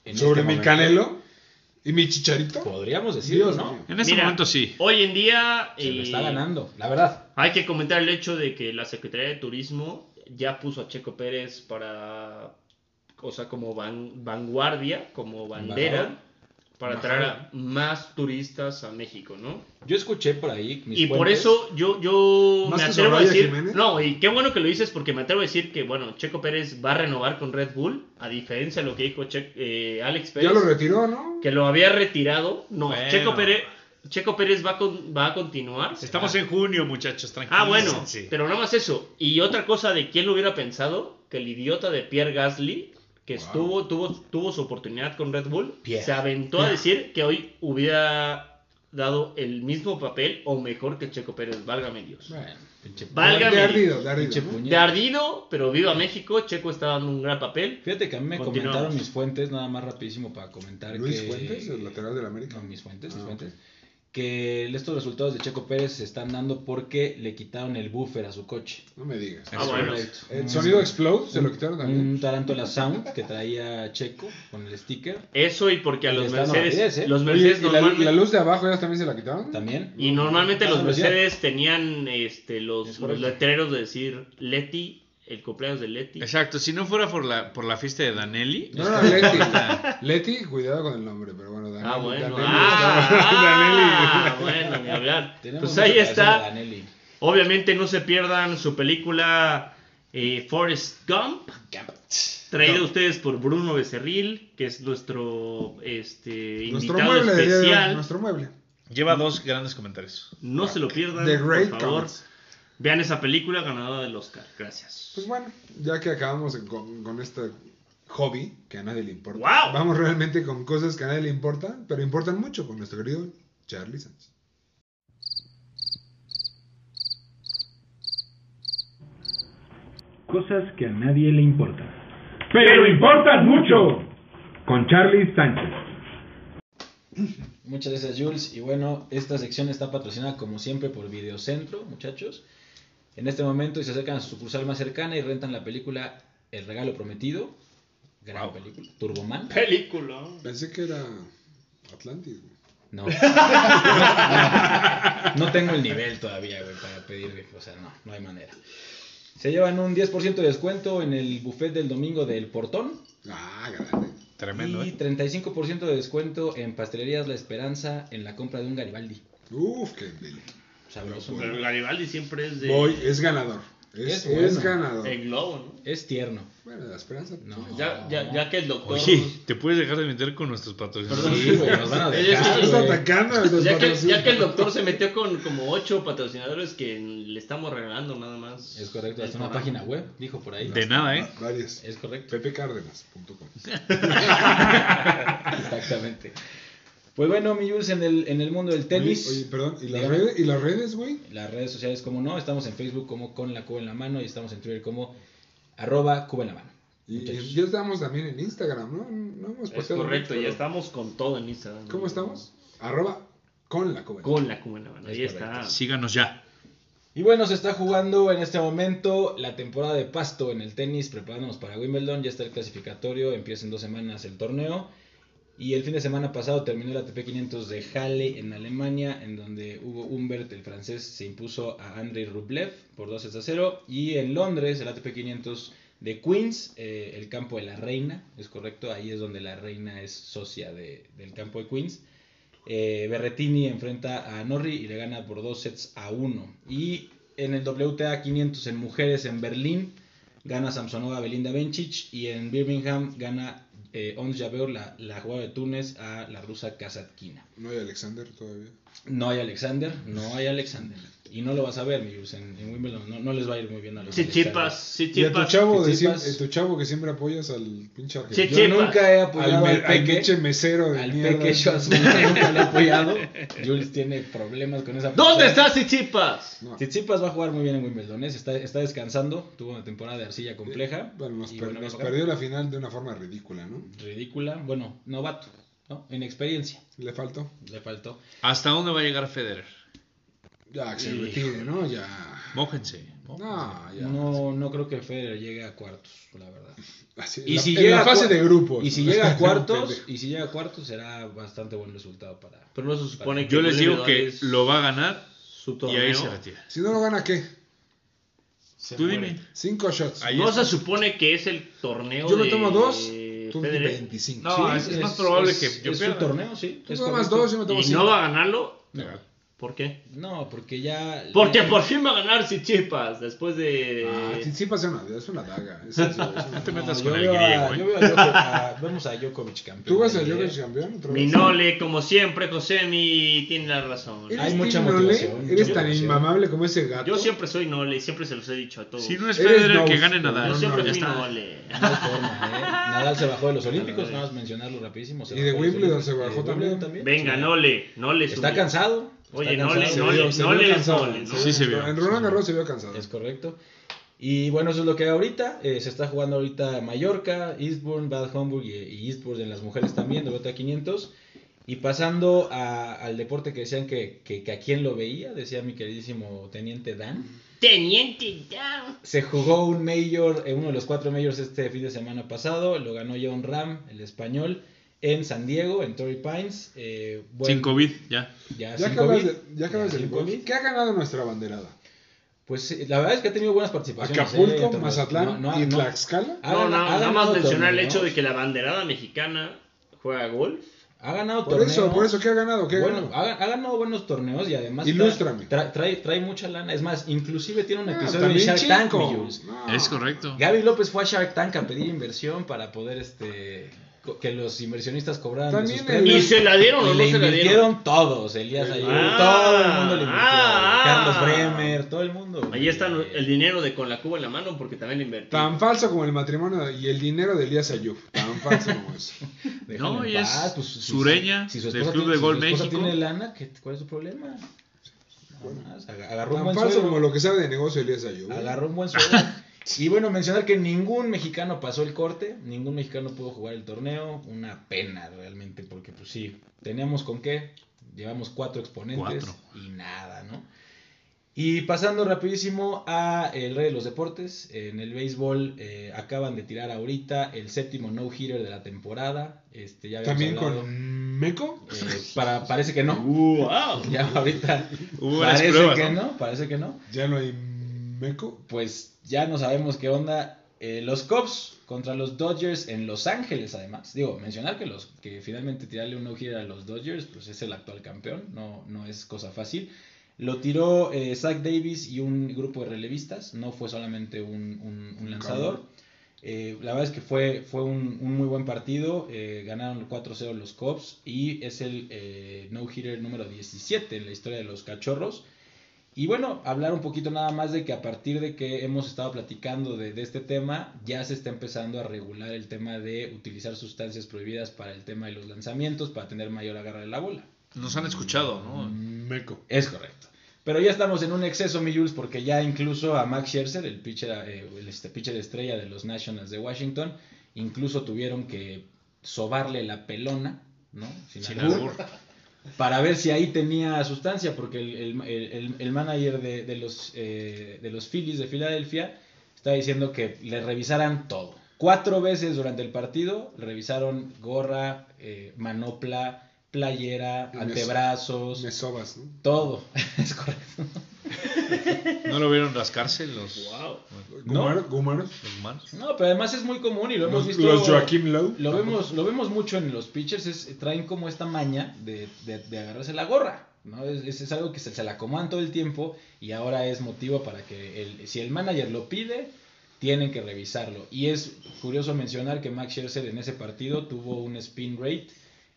[SPEAKER 3] En este
[SPEAKER 1] Sobre mi
[SPEAKER 3] momento.
[SPEAKER 1] canelo y mi chicharito.
[SPEAKER 3] Podríamos decirlo,
[SPEAKER 1] Dios
[SPEAKER 3] ¿no?
[SPEAKER 1] mío.
[SPEAKER 4] En este
[SPEAKER 2] Mira,
[SPEAKER 4] momento sí.
[SPEAKER 2] Hoy en día
[SPEAKER 3] Se lo está
[SPEAKER 2] eh,
[SPEAKER 3] ganando, la verdad.
[SPEAKER 2] hay que comentar el hecho de que la Secretaría de Turismo ya puso a Checo Pérez para, o sea, como van- vanguardia, como bandera, para atraer a más turistas a México, ¿no?
[SPEAKER 3] Yo escuché por ahí mis
[SPEAKER 2] y por
[SPEAKER 3] fuentes.
[SPEAKER 2] eso yo, yo
[SPEAKER 1] ¿Más
[SPEAKER 2] me
[SPEAKER 1] que
[SPEAKER 2] atrevo a
[SPEAKER 1] Soraya
[SPEAKER 2] decir.
[SPEAKER 1] Jiménez?
[SPEAKER 2] No, y qué bueno que lo dices porque me atrevo a decir que, bueno, Checo Pérez va a renovar con Red Bull, a diferencia de lo que dijo Che- eh, Alex Pérez,
[SPEAKER 1] Ya lo retiró, ¿no?
[SPEAKER 2] que lo había retirado. No,
[SPEAKER 4] Bueno.
[SPEAKER 2] Checo Pérez. Checo Pérez va, con- va a continuar.
[SPEAKER 4] Estamos en junio, muchachos, tranquilos.
[SPEAKER 2] Ah, bueno, pero nada más eso. Y otra cosa de quién lo hubiera pensado, que el idiota de Pierre Gasly, que estuvo, tuvo, tuvo su oportunidad con Red Bull,
[SPEAKER 8] Pierre.
[SPEAKER 2] se aventó a decir que hoy hubiera dado el mismo papel o mejor que Checo Pérez, válgame Dios.
[SPEAKER 3] Bueno, pinche,
[SPEAKER 2] Válgame.
[SPEAKER 1] De ardido, de
[SPEAKER 3] pinche
[SPEAKER 1] ardido. ¿no?
[SPEAKER 3] puñet.
[SPEAKER 2] De ardido, pero viva México, Checo está dando un gran papel.
[SPEAKER 3] Fíjate que a mí me
[SPEAKER 2] Continuamos.
[SPEAKER 3] comentaron mis fuentes, nada más rapidísimo para comentar
[SPEAKER 1] Luis
[SPEAKER 3] que...
[SPEAKER 1] Fuentes, el lateral del América.
[SPEAKER 3] No, mis fuentes, mis
[SPEAKER 1] Ah,
[SPEAKER 3] fuentes. Que estos resultados de Checo Pérez se están dando porque le quitaron el buffer a su coche.
[SPEAKER 1] No me digas.
[SPEAKER 2] Ah, bueno.
[SPEAKER 1] El sonido Explode se lo quitaron también.
[SPEAKER 3] Un Tarantola Sound que traía Checo con el sticker.
[SPEAKER 2] Eso y porque a
[SPEAKER 3] Y
[SPEAKER 2] los
[SPEAKER 3] está
[SPEAKER 2] Mercedes,
[SPEAKER 3] rapidez, ¿eh?
[SPEAKER 2] los
[SPEAKER 1] Oye,
[SPEAKER 2] Mercedes
[SPEAKER 1] ¿y la,
[SPEAKER 2] normalmente-
[SPEAKER 1] la luz de abajo ya también se la quitaron?
[SPEAKER 3] También.
[SPEAKER 2] Y normalmente
[SPEAKER 3] Ah,
[SPEAKER 2] los
[SPEAKER 3] no,
[SPEAKER 2] Mercedes tenían este, los, los
[SPEAKER 3] Es correcto.
[SPEAKER 2] letreros de decir Leti, el cumpleaños de Leti.
[SPEAKER 4] Exacto, si no fuera por la, por la fiesta de Danelli,
[SPEAKER 1] No,
[SPEAKER 3] este,
[SPEAKER 1] no, Leti. Leti, cuidado con el nombre, pero bueno, Daniel.
[SPEAKER 2] Ah, bueno.
[SPEAKER 1] Daniel,
[SPEAKER 2] Ah, ah, bueno, ni hablar.
[SPEAKER 3] Tenemos
[SPEAKER 2] Pues
[SPEAKER 3] una
[SPEAKER 2] ahí
[SPEAKER 3] declaración de
[SPEAKER 2] está.
[SPEAKER 3] Danelli.
[SPEAKER 2] Obviamente no se pierdan su película eh, Forrest Gump. Traída a ustedes por Bruno Becerril, que es nuestro este,
[SPEAKER 1] Nuestro
[SPEAKER 2] invitado
[SPEAKER 1] mueble, diría yo,
[SPEAKER 2] especial.
[SPEAKER 1] nuestro mueble.
[SPEAKER 4] lleva dos grandes comentarios.
[SPEAKER 2] No se lo pierdan,
[SPEAKER 1] The Great
[SPEAKER 2] por favor.
[SPEAKER 1] Counts.
[SPEAKER 2] Vean esa película ganadora del Oscar. Gracias.
[SPEAKER 1] Pues bueno, ya que acabamos con, con este hobby que a nadie le importa.
[SPEAKER 2] ¡Guau!
[SPEAKER 1] Vamos realmente con cosas que a nadie le importan, pero importan mucho con nuestro querido Charlie Sanz.
[SPEAKER 6] Cosas que a nadie le importan. Pero importan mucho. Con Charlie Sánchez.
[SPEAKER 3] Muchas gracias, Jules. Y bueno, esta sección está patrocinada como siempre por Videocentro, muchachos. En este momento, se acercan a su sucursal más cercana y rentan la película El Regalo Prometido. Gran película. Turboman.
[SPEAKER 2] Película.
[SPEAKER 1] Pensé que era Atlantis. güey.
[SPEAKER 3] No. no. no tengo el nivel todavía, güey, para pedir, güey. O sea, no, no hay manera. Se llevan un 10% de descuento en el buffet del domingo del Portón
[SPEAKER 1] Ah, grande.
[SPEAKER 4] Tremendo,
[SPEAKER 3] y
[SPEAKER 4] ¿eh?
[SPEAKER 3] 35% de descuento en Pastelerías La Esperanza en la compra de un Garibaldi.
[SPEAKER 1] Uf, qué deli.
[SPEAKER 3] Sabroso.
[SPEAKER 2] Pero Garibaldi siempre es de
[SPEAKER 1] Pues, Voy, es ganador. Es,
[SPEAKER 3] Es bueno.
[SPEAKER 1] es ganador.
[SPEAKER 2] el globo,
[SPEAKER 3] Es tierno.
[SPEAKER 1] Bueno, la esperanza.
[SPEAKER 3] No.
[SPEAKER 2] ¿no? Ya, ya, ya que el doctor.
[SPEAKER 4] Oye, ¿te puedes dejar de meter con nuestros patrocinadores?
[SPEAKER 3] Sí, güey, nos van a
[SPEAKER 1] Ah,
[SPEAKER 3] dejar,
[SPEAKER 1] Estás
[SPEAKER 3] güey.
[SPEAKER 1] atacando a los
[SPEAKER 2] Pues Ya que,
[SPEAKER 1] patrocinios.
[SPEAKER 2] ya que el doctor se metió con como ocho patrocinadores que le estamos regalando nada más.
[SPEAKER 3] Es correcto, hasta
[SPEAKER 2] El
[SPEAKER 3] una
[SPEAKER 2] programa.
[SPEAKER 3] página web, dijo por ahí.
[SPEAKER 4] De nada,
[SPEAKER 1] Ah,
[SPEAKER 4] ¿eh?
[SPEAKER 1] Varios.
[SPEAKER 3] Es correcto,
[SPEAKER 1] ppcárdenas.com.
[SPEAKER 3] exactamente. Pues bueno, mi Jules, en el, en el mundo del tenis,
[SPEAKER 1] Oye, oye, perdón. ¿Y las,
[SPEAKER 3] Dígame.
[SPEAKER 1] redes, ¿Y las redes, güey?
[SPEAKER 3] las redes sociales como no, estamos en Facebook como con la cuba en la mano y estamos en Twitter como arroba cuba en la mano.
[SPEAKER 1] Y, y
[SPEAKER 3] Muchachos.
[SPEAKER 1] ya estamos también en Instagram, ¿no? No hemos
[SPEAKER 2] Es
[SPEAKER 1] posteado
[SPEAKER 2] correcto,
[SPEAKER 1] mucho,
[SPEAKER 2] ya
[SPEAKER 1] pero-
[SPEAKER 2] estamos con todo en Instagram.
[SPEAKER 1] ¿Cómo estamos? Arroba con la cuba.
[SPEAKER 2] Con la Cuba en la mano.
[SPEAKER 3] Es
[SPEAKER 2] Ahí
[SPEAKER 3] correcto.
[SPEAKER 2] está.
[SPEAKER 4] Síganos ya.
[SPEAKER 3] Y bueno, se está jugando en este momento la temporada de pasto en el tenis, preparándonos para Wimbledon. Ya está el clasificatorio, empieza en dos semanas el torneo. Y el fin de semana pasado terminó la ATP 500 de Halle en Alemania, en donde Hugo Humbert, el francés, se impuso a Andrei Rublev por 2 sets a 0. Y en Londres, el ATP 500 de Queens, eh, el campo de la reina, es correcto, ahí es donde la reina es socia de- del campo de Queens. Eh, Berretini enfrenta a Norri y le gana por dos sets a uno. Y en el WTA 500 en mujeres en Berlín gana Samsonova a Belinda Bencic y en Birmingham gana eh, Ons Jabeur, la, la jugadora de Túnez, a la rusa Kazatkina.
[SPEAKER 1] No hay Alexander todavía.
[SPEAKER 3] No hay Alexander, no hay Alexander. Y no lo vas a ver, mi Jules, en, en Wimbledon. No, no les va a ir muy bien a los
[SPEAKER 2] Chichipas,
[SPEAKER 3] mexicanos.
[SPEAKER 1] Y a tu
[SPEAKER 2] Chichipas.
[SPEAKER 1] chavo, de
[SPEAKER 3] Chichipas.
[SPEAKER 1] siem- eh, tu chavo que siempre apoyas al pinche argentino.
[SPEAKER 2] Chichipas.
[SPEAKER 3] Yo nunca he
[SPEAKER 1] Al,
[SPEAKER 3] apoyado
[SPEAKER 1] me-
[SPEAKER 3] al,
[SPEAKER 1] al pinche
[SPEAKER 3] Peque.
[SPEAKER 1] mesero de
[SPEAKER 3] Al
[SPEAKER 1] mierda.
[SPEAKER 3] Peque Schwarzman nunca lo he apoyado. Jules tiene problemas con esa
[SPEAKER 2] ¿Dónde
[SPEAKER 3] persona.
[SPEAKER 2] está Chichipas?
[SPEAKER 1] No,
[SPEAKER 3] Tsitsipas va a jugar muy bien en Wimbledon, ¿eh? Se está, está descansando, tuvo una temporada de arcilla compleja.
[SPEAKER 1] bueno, nos,
[SPEAKER 3] y
[SPEAKER 1] per-
[SPEAKER 3] bueno, va a
[SPEAKER 1] nos
[SPEAKER 3] jugar.
[SPEAKER 1] perdió la final de una forma ridícula, ¿no?
[SPEAKER 3] Ridícula, bueno, novato, ¿no? En experiencia,
[SPEAKER 1] Le faltó.
[SPEAKER 3] le faltó.
[SPEAKER 4] ¿Hasta dónde va a llegar Federer?
[SPEAKER 1] Ya, que se retire, ¿no? Ya.
[SPEAKER 4] Mójense.
[SPEAKER 1] No, ya.
[SPEAKER 3] No, no creo que Federer llegue a cuartos, la verdad.
[SPEAKER 1] Así,
[SPEAKER 3] Y
[SPEAKER 1] la-
[SPEAKER 3] si
[SPEAKER 1] en
[SPEAKER 3] llega
[SPEAKER 1] la
[SPEAKER 3] a
[SPEAKER 1] fase
[SPEAKER 3] cua-
[SPEAKER 1] de grupos.
[SPEAKER 3] Y si
[SPEAKER 1] Pues ¿no?
[SPEAKER 3] llega a cuartos,
[SPEAKER 1] Pendejo.
[SPEAKER 3] y si llega a cuartos será bastante buen resultado para...
[SPEAKER 2] Pero no se supone que
[SPEAKER 4] Yo les digo
[SPEAKER 2] Wimbledon
[SPEAKER 4] que
[SPEAKER 2] es
[SPEAKER 4] lo va a ganar
[SPEAKER 2] su
[SPEAKER 4] y
[SPEAKER 2] torneo.
[SPEAKER 4] ahí se retira.
[SPEAKER 1] Si no lo gana, ¿qué?
[SPEAKER 8] Se
[SPEAKER 4] Tú
[SPEAKER 8] muere.
[SPEAKER 4] dime.
[SPEAKER 1] Cinco shots.
[SPEAKER 4] Ahí
[SPEAKER 2] No
[SPEAKER 4] está.
[SPEAKER 2] se supone que es el torneo
[SPEAKER 1] Yo me
[SPEAKER 2] de
[SPEAKER 1] tomo dos, tú
[SPEAKER 2] Federer.
[SPEAKER 1] 25.
[SPEAKER 4] No, es, es más probable que yo
[SPEAKER 3] es su
[SPEAKER 4] pierda.
[SPEAKER 3] torneo, sí.
[SPEAKER 1] Tú
[SPEAKER 3] es
[SPEAKER 1] tomas
[SPEAKER 3] correcto.
[SPEAKER 1] dos, yo me tomo
[SPEAKER 2] ¿Y
[SPEAKER 1] cinco.
[SPEAKER 2] no va a ganarlo?
[SPEAKER 4] Legal.
[SPEAKER 2] ¿Por qué?
[SPEAKER 3] No, porque ya...
[SPEAKER 2] Porque
[SPEAKER 3] ya-
[SPEAKER 2] por fin va a ganar Chichipas después de...
[SPEAKER 3] Eh,
[SPEAKER 1] Ah, Tsitsipas es una, es una daga. es- es- es una-
[SPEAKER 4] te
[SPEAKER 3] No,
[SPEAKER 4] metas
[SPEAKER 3] yo
[SPEAKER 4] con el
[SPEAKER 3] veo a-
[SPEAKER 4] griego, ¿eh?
[SPEAKER 3] yo veo a Djoko- a- Vemos a Djokovic campeón.
[SPEAKER 1] ¿Tú vas a
[SPEAKER 3] Eh,
[SPEAKER 1] Djokovic campeón? otra vez?
[SPEAKER 2] Minole, como siempre, José mi tiene la razón.
[SPEAKER 1] ¿Eres
[SPEAKER 3] Hay
[SPEAKER 1] Team
[SPEAKER 3] mucha
[SPEAKER 1] Nole?
[SPEAKER 3] motivación, mucha
[SPEAKER 1] ¿Eres tan
[SPEAKER 3] motivación.
[SPEAKER 1] inmamable como ese gato?
[SPEAKER 2] Yo siempre soy Nole, siempre se los he dicho a todos.
[SPEAKER 4] Si no es
[SPEAKER 1] Eres
[SPEAKER 4] Federer, que
[SPEAKER 1] Nose.
[SPEAKER 4] gane
[SPEAKER 1] No,
[SPEAKER 4] Nadal.
[SPEAKER 2] Yo
[SPEAKER 1] no,
[SPEAKER 2] siempre
[SPEAKER 1] no,
[SPEAKER 2] fui
[SPEAKER 4] está.
[SPEAKER 2] Nole.
[SPEAKER 3] No hay forma, ¿eh? Nadal se bajó de los Olímpicos,
[SPEAKER 2] Nadal.
[SPEAKER 3] nada más mencionarlo rapidísimo.
[SPEAKER 1] Y de
[SPEAKER 3] bajó los
[SPEAKER 1] Wimbledon
[SPEAKER 3] Olímpicos.
[SPEAKER 1] se
[SPEAKER 3] Y de
[SPEAKER 1] bajó
[SPEAKER 3] Wimbledon
[SPEAKER 1] también.
[SPEAKER 2] Venga, Nole, Nole
[SPEAKER 3] Está
[SPEAKER 2] subió.
[SPEAKER 3] cansado. está
[SPEAKER 2] Oye,
[SPEAKER 3] cansado.
[SPEAKER 2] Nole,
[SPEAKER 1] Se
[SPEAKER 2] Nole,
[SPEAKER 1] vio- se
[SPEAKER 2] Nole
[SPEAKER 1] vio
[SPEAKER 2] es
[SPEAKER 1] cansado.
[SPEAKER 2] Nole, ¿no?
[SPEAKER 4] Sí se vio.
[SPEAKER 1] En Roland Garros se vio cansado.
[SPEAKER 3] ¿eh? Es correcto. Y bueno, eso es lo que hay ahorita. Eh, se está jugando ahorita Mallorca, Eastbourne, Bad Homburg y, y Eastbourne en las mujeres también, de WTA 500. Y pasando a- al deporte que decían que, que, que a quién lo veía, decía mi queridísimo teniente Dan.
[SPEAKER 2] Teniente Down.
[SPEAKER 3] Se jugó un mayor, eh, uno de los cuatro majors este fin de semana pasado, lo ganó John Ram, el español, en San Diego, en Torrey Pines. Eh, buen-
[SPEAKER 4] Sin COVID, ya.
[SPEAKER 3] Ya,
[SPEAKER 1] Ya
[SPEAKER 3] sin
[SPEAKER 1] acabas,
[SPEAKER 3] COVID,
[SPEAKER 1] de, ya acabas
[SPEAKER 3] ya
[SPEAKER 1] del
[SPEAKER 3] sin
[SPEAKER 1] golf.
[SPEAKER 3] COVID.
[SPEAKER 1] ¿Qué ha ganado nuestra banderada?
[SPEAKER 3] Pues eh, la verdad es que ha tenido buenas participaciones. eh, en
[SPEAKER 1] Acapulco,
[SPEAKER 3] torneos.
[SPEAKER 1] Mazatlán
[SPEAKER 3] No, Ah, no,
[SPEAKER 1] y
[SPEAKER 3] no.
[SPEAKER 1] Tlaxcala.
[SPEAKER 3] Ha
[SPEAKER 2] No, no,
[SPEAKER 3] ganado- ha
[SPEAKER 2] nada más
[SPEAKER 3] ganado
[SPEAKER 2] mencionar el
[SPEAKER 3] torneos.
[SPEAKER 2] hecho de que la banderada mexicana juega golf.
[SPEAKER 3] Ha ganado
[SPEAKER 1] Por eso,
[SPEAKER 3] torneos.
[SPEAKER 1] por eso, ¿qué ha ganado? ¿Qué ha
[SPEAKER 3] Bueno, ah,
[SPEAKER 1] ganado?
[SPEAKER 3] ha, ha ganado buenos torneos y además. tra-
[SPEAKER 1] Ilústrame.
[SPEAKER 3] tra- trae, trae mucha lana. Es más, inclusive tiene un
[SPEAKER 1] Ah,
[SPEAKER 3] episodio de
[SPEAKER 1] también
[SPEAKER 3] Shark Tank.
[SPEAKER 1] Chinco.
[SPEAKER 3] mi Jules.
[SPEAKER 1] No.
[SPEAKER 4] Es correcto.
[SPEAKER 3] Gaby López fue a Shark Tank a pedir inversión para poder este co- que los inversionistas cobraran de
[SPEAKER 1] También
[SPEAKER 3] sus
[SPEAKER 1] el-
[SPEAKER 3] premios.
[SPEAKER 2] ¿Y se la dieron o
[SPEAKER 3] Y
[SPEAKER 2] no se
[SPEAKER 3] le
[SPEAKER 2] la dieron?
[SPEAKER 3] invirtieron todos, Elías
[SPEAKER 1] Ah,
[SPEAKER 3] Ayub, todo el mundo le invirtió.
[SPEAKER 2] ah,
[SPEAKER 3] Carlos
[SPEAKER 2] ah.
[SPEAKER 3] Bremer, todo el mundo. Eh,
[SPEAKER 2] Ahí está el dinero de con la cuba en la mano porque también le invertí.
[SPEAKER 1] Tan falso como el matrimonio y el dinero de Elías Ayub. Tan falso como eso.
[SPEAKER 3] Déjalo
[SPEAKER 4] No,
[SPEAKER 3] en
[SPEAKER 4] y es
[SPEAKER 3] paz, pues, si-
[SPEAKER 4] sureña,
[SPEAKER 3] si su
[SPEAKER 4] del
[SPEAKER 3] esposa
[SPEAKER 4] Club
[SPEAKER 3] tiene-
[SPEAKER 4] de
[SPEAKER 3] si
[SPEAKER 4] Gol
[SPEAKER 3] su esposa
[SPEAKER 4] México.
[SPEAKER 3] tiene lana, ¿qué- ¿cuál es su problema? Nada más, aga- Agarró un
[SPEAKER 1] Tan
[SPEAKER 3] buen
[SPEAKER 1] falso
[SPEAKER 3] sueldo.
[SPEAKER 1] como lo que sabe de negocio Elías Ayub.
[SPEAKER 3] Agarró un buen sueldo. Y bueno, mencionar que ningún mexicano pasó el corte, ningún mexicano pudo jugar el torneo. Una pena realmente, porque pues sí, teníamos con qué. Llevamos cuatro exponentes
[SPEAKER 4] Cuatro.
[SPEAKER 3] y nada, ¿no? Y pasando rapidísimo a el rey de los deportes, en el béisbol eh, acaban de tirar ahorita el séptimo no-hitter de la temporada. Este, ya habíamos
[SPEAKER 1] También
[SPEAKER 3] hablado,
[SPEAKER 1] con Meco.
[SPEAKER 3] eh, para, parece que no.
[SPEAKER 2] ¡Wow!
[SPEAKER 3] Ya ahorita
[SPEAKER 4] Hubo unas
[SPEAKER 3] parece
[SPEAKER 4] pruebas,
[SPEAKER 3] que
[SPEAKER 4] ¿no?
[SPEAKER 3] no, parece que no
[SPEAKER 1] Ya no hay Meco.
[SPEAKER 3] pues ya no sabemos qué onda. Eh, los Cubs contra los Dodgers en Los Ángeles, además. Digo, mencionar que los que finalmente tirarle un no a los Dodgers, pues es el actual campeón, no, no es cosa fácil. Lo tiró eh, Zach Davis y un grupo de relevistas, no fue solamente un, un- un lanzador. Eh, la verdad es que fue, fue un, un muy buen partido, eh, ganaron 4-0 los Cubs y es el eh, no-hitter número 17 en la historia de los cachorros. Y bueno, hablar un poquito nada más de que a partir de que hemos estado platicando de, de este tema, ya se está empezando a regular el tema de utilizar sustancias prohibidas para el tema de los lanzamientos, para tener mayor agarre de la bola.
[SPEAKER 4] Nos han escuchado, ¿no?
[SPEAKER 1] Meco.
[SPEAKER 3] Es correcto. Pero ya estamos en un exceso, mi Jules, porque ya incluso a Max Scherzer, el pitcher, eh, el este pitcher estrella de los Nationals de Washington, incluso tuvieron que sobarle la pelona, ¿no? Sin
[SPEAKER 4] Sin
[SPEAKER 3] albur
[SPEAKER 4] albur.
[SPEAKER 3] para ver si ahí tenía sustancia, porque el, el- el- el- el manager de, de los, eh, de los Phillies de Filadelfia estaba diciendo que le revisaran todo. Cuatro veces durante el partido le revisaron gorra, eh, manopla, playera,
[SPEAKER 1] Y me-
[SPEAKER 3] antebrazos,
[SPEAKER 1] Me sobas, ¿no?
[SPEAKER 3] todo. es correcto.
[SPEAKER 4] ¿No lo vieron rascarse los,
[SPEAKER 2] ¡Wow!
[SPEAKER 1] Gumaro. Gumaro.
[SPEAKER 4] los manos?
[SPEAKER 3] No, pero además es muy común y lo hemos
[SPEAKER 1] Los,
[SPEAKER 3] visto.
[SPEAKER 1] los Joaquim Lowe.
[SPEAKER 3] Lo vemos, lo vemos mucho en los pitchers, es, traen como esta maña de, de- de agarrarse la gorra, ¿no? Es, es- es algo que se, se la acomodan todo el tiempo y ahora es motivo para que el, si el manager lo pide, tienen que revisarlo. Y es curioso mencionar que Max Scherzer en ese partido tuvo un spin rate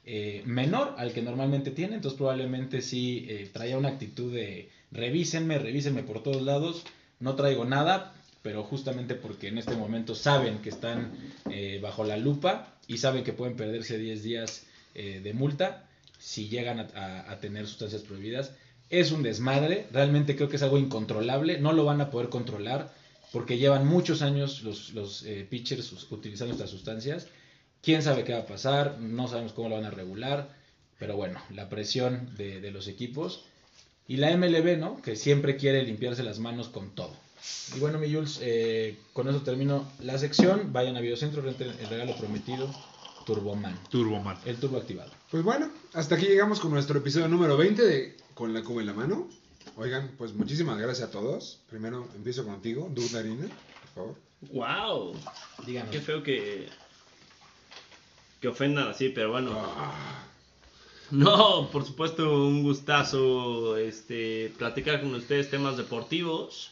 [SPEAKER 3] eh, menor al que normalmente tiene, entonces probablemente sí eh, traía una actitud de, revísenme, revísenme por todos lados, no traigo nada, pero justamente porque en este momento saben que están eh, bajo la lupa y saben que pueden perderse 10 días eh, de multa si llegan a, a- a tener sustancias prohibidas. Es un desmadre, realmente creo que es algo incontrolable, no lo van a poder controlar porque llevan muchos años los, los eh, pitchers us- utilizando estas sustancias. Quién sabe qué va a pasar, no sabemos cómo lo van a regular, pero bueno, la presión de, de los equipos y la MLB, ¿no? Que siempre quiere limpiarse las manos con todo. Y bueno, mi Jules, eh, con eso termino la sección. Vayan a Videocentro, renten el regalo prometido, Turboman,
[SPEAKER 4] Turboman.
[SPEAKER 3] el turbo activado.
[SPEAKER 1] Pues bueno, hasta aquí llegamos con nuestro episodio número 20 de Con la Cuba en la Mano. Oigan, pues muchísimas gracias a todos. Primero empiezo contigo, Doug Narina, por favor.
[SPEAKER 2] ¡Wow!
[SPEAKER 3] Díganos.
[SPEAKER 2] Qué feo que. Que ofendan así, pero bueno.
[SPEAKER 3] Ah,
[SPEAKER 2] No, por supuesto, un gustazo este, platicar con ustedes temas deportivos.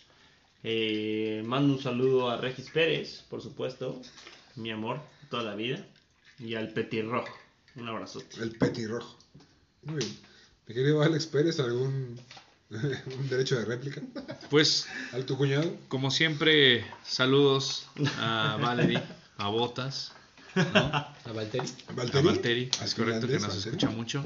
[SPEAKER 2] Eh, mando un saludo a Regis Pérez, por supuesto, mi amor, toda la vida. Y al Petirrojo, un abrazote.
[SPEAKER 1] El petirrojo. Muy bien. Mi querido Alex Pérez, ¿algún un derecho de réplica?
[SPEAKER 4] Pues,
[SPEAKER 1] ¿Al tu cuñado?
[SPEAKER 4] como siempre, saludos a Valerie, a Botas,
[SPEAKER 3] ¿A Valtteri?
[SPEAKER 4] a
[SPEAKER 1] ¿Valtteri?
[SPEAKER 4] Valteri,
[SPEAKER 1] ¿Al
[SPEAKER 4] es correcto que
[SPEAKER 1] finlandés,
[SPEAKER 4] nos
[SPEAKER 1] Valtteri?
[SPEAKER 4] escucha mucho.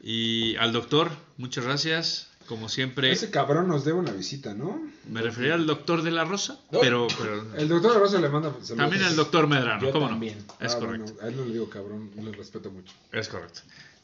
[SPEAKER 4] Y al doctor, muchas gracias. Como siempre,
[SPEAKER 1] Ese cabrón nos debe una visita, ¿no?
[SPEAKER 4] me refería al doctor de la Rosa, pero, pero
[SPEAKER 1] El doctor Rosa le manda saludos.
[SPEAKER 4] también al doctor Medrano,
[SPEAKER 3] Yo
[SPEAKER 4] ¿cómo
[SPEAKER 3] también.
[SPEAKER 4] no? Es
[SPEAKER 1] Ah,
[SPEAKER 4] correcto.
[SPEAKER 1] bueno, a él no le digo cabrón, le respeto mucho.
[SPEAKER 4] Es correcto.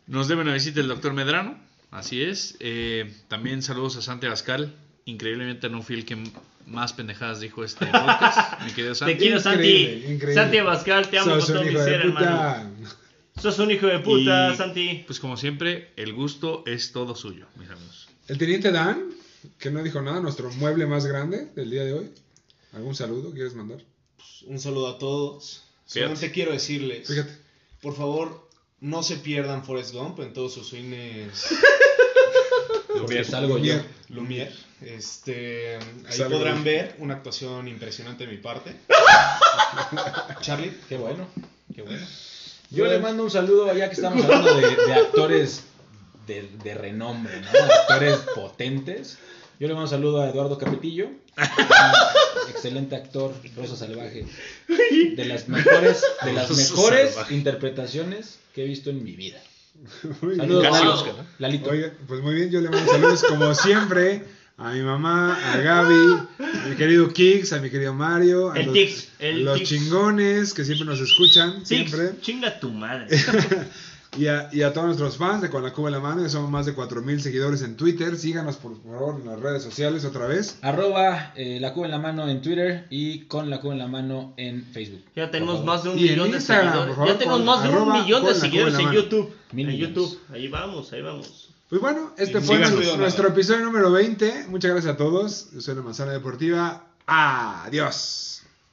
[SPEAKER 4] Nos debe una visita el doctor Medrano, así es. Eh, también saludos a Santi Abascal, increíblemente no fui el que m- más pendejadas dijo este podcast, mi querido
[SPEAKER 2] Te
[SPEAKER 4] Santi.
[SPEAKER 2] quiero, Santi.
[SPEAKER 1] Increíble, increíble.
[SPEAKER 2] Santi Abascal, te amo
[SPEAKER 1] Sos
[SPEAKER 2] con todo
[SPEAKER 1] un
[SPEAKER 2] mi
[SPEAKER 1] hijo de
[SPEAKER 2] ser, hermano.
[SPEAKER 1] puta.
[SPEAKER 2] Sos un hijo de puta,
[SPEAKER 4] Y,
[SPEAKER 2] Santi.
[SPEAKER 4] Pues como siempre, el gusto es todo suyo, mis amigos.
[SPEAKER 1] El teniente Dan, que no dijo nada, nuestro mueble más grande del día de hoy. ¿Algún saludo quieres mandar?
[SPEAKER 5] Un saludo a todos.
[SPEAKER 4] Fíjate.
[SPEAKER 5] Solamente quiero decirles,
[SPEAKER 1] Fíjate.
[SPEAKER 5] por favor, no se pierdan Forrest Gump en todos sus cines
[SPEAKER 3] Porque salgo yo.
[SPEAKER 1] Lumière.
[SPEAKER 5] Lumière. Este, ahí
[SPEAKER 1] Salud.
[SPEAKER 5] podrán ver una actuación impresionante de mi parte. Charlie,
[SPEAKER 3] Qué bueno, qué bueno. Yo le mando un saludo allá que estamos hablando de, de actores de, de renombre, ¿no? Actores potentes. Yo le mando un saludo a Eduardo Capetillo, un excelente actor, Rosa Salvaje. De las mejores, de las
[SPEAKER 4] Rosa
[SPEAKER 3] mejores
[SPEAKER 4] Salvaje.
[SPEAKER 3] interpretaciones que he visto en mi vida.
[SPEAKER 1] Muy bien.
[SPEAKER 3] Saludos,
[SPEAKER 4] Casi
[SPEAKER 3] Lalo.
[SPEAKER 4] Oscar, ¿no?
[SPEAKER 3] Lalito.
[SPEAKER 1] Oiga, pues muy bien, yo le mando saludos como siempre a mi mamá, a Gaby, a mi querido Kix, a mi querido Mario, a
[SPEAKER 2] El
[SPEAKER 1] los,
[SPEAKER 2] Tix, el
[SPEAKER 1] los
[SPEAKER 2] Tix.
[SPEAKER 1] chingones que siempre nos escuchan,
[SPEAKER 2] Sí, pues,
[SPEAKER 1] siempre.
[SPEAKER 2] chinga tu madre.
[SPEAKER 1] Y a, y a todos nuestros fans de Con la Cuba en la Mano, que somos más de 4000 seguidores en Twitter. Síganos por favor en las redes sociales otra vez.
[SPEAKER 3] Arroba eh, la cuba en la mano en Twitter y con la cuba en la mano en Facebook.
[SPEAKER 2] Ya tenemos
[SPEAKER 3] Por favor.
[SPEAKER 2] más de un
[SPEAKER 1] Y en
[SPEAKER 2] millón de
[SPEAKER 1] Instagram,
[SPEAKER 2] seguidores.
[SPEAKER 1] por favor,
[SPEAKER 2] ya tenemos
[SPEAKER 1] con
[SPEAKER 2] más de un
[SPEAKER 1] arroba
[SPEAKER 2] millón de
[SPEAKER 1] con la
[SPEAKER 2] seguidores
[SPEAKER 1] cuba en
[SPEAKER 2] en
[SPEAKER 1] la mano.
[SPEAKER 2] YouTube.
[SPEAKER 3] Mil
[SPEAKER 2] en
[SPEAKER 3] millones.
[SPEAKER 2] YouTube. Ahí vamos, ahí vamos.
[SPEAKER 1] Pues bueno, este
[SPEAKER 5] Y
[SPEAKER 1] fue
[SPEAKER 5] síganos.
[SPEAKER 1] nuestro, nuestro episodio número 20. Muchas gracias a todos. Yo soy la Manzana Deportiva. Adiós.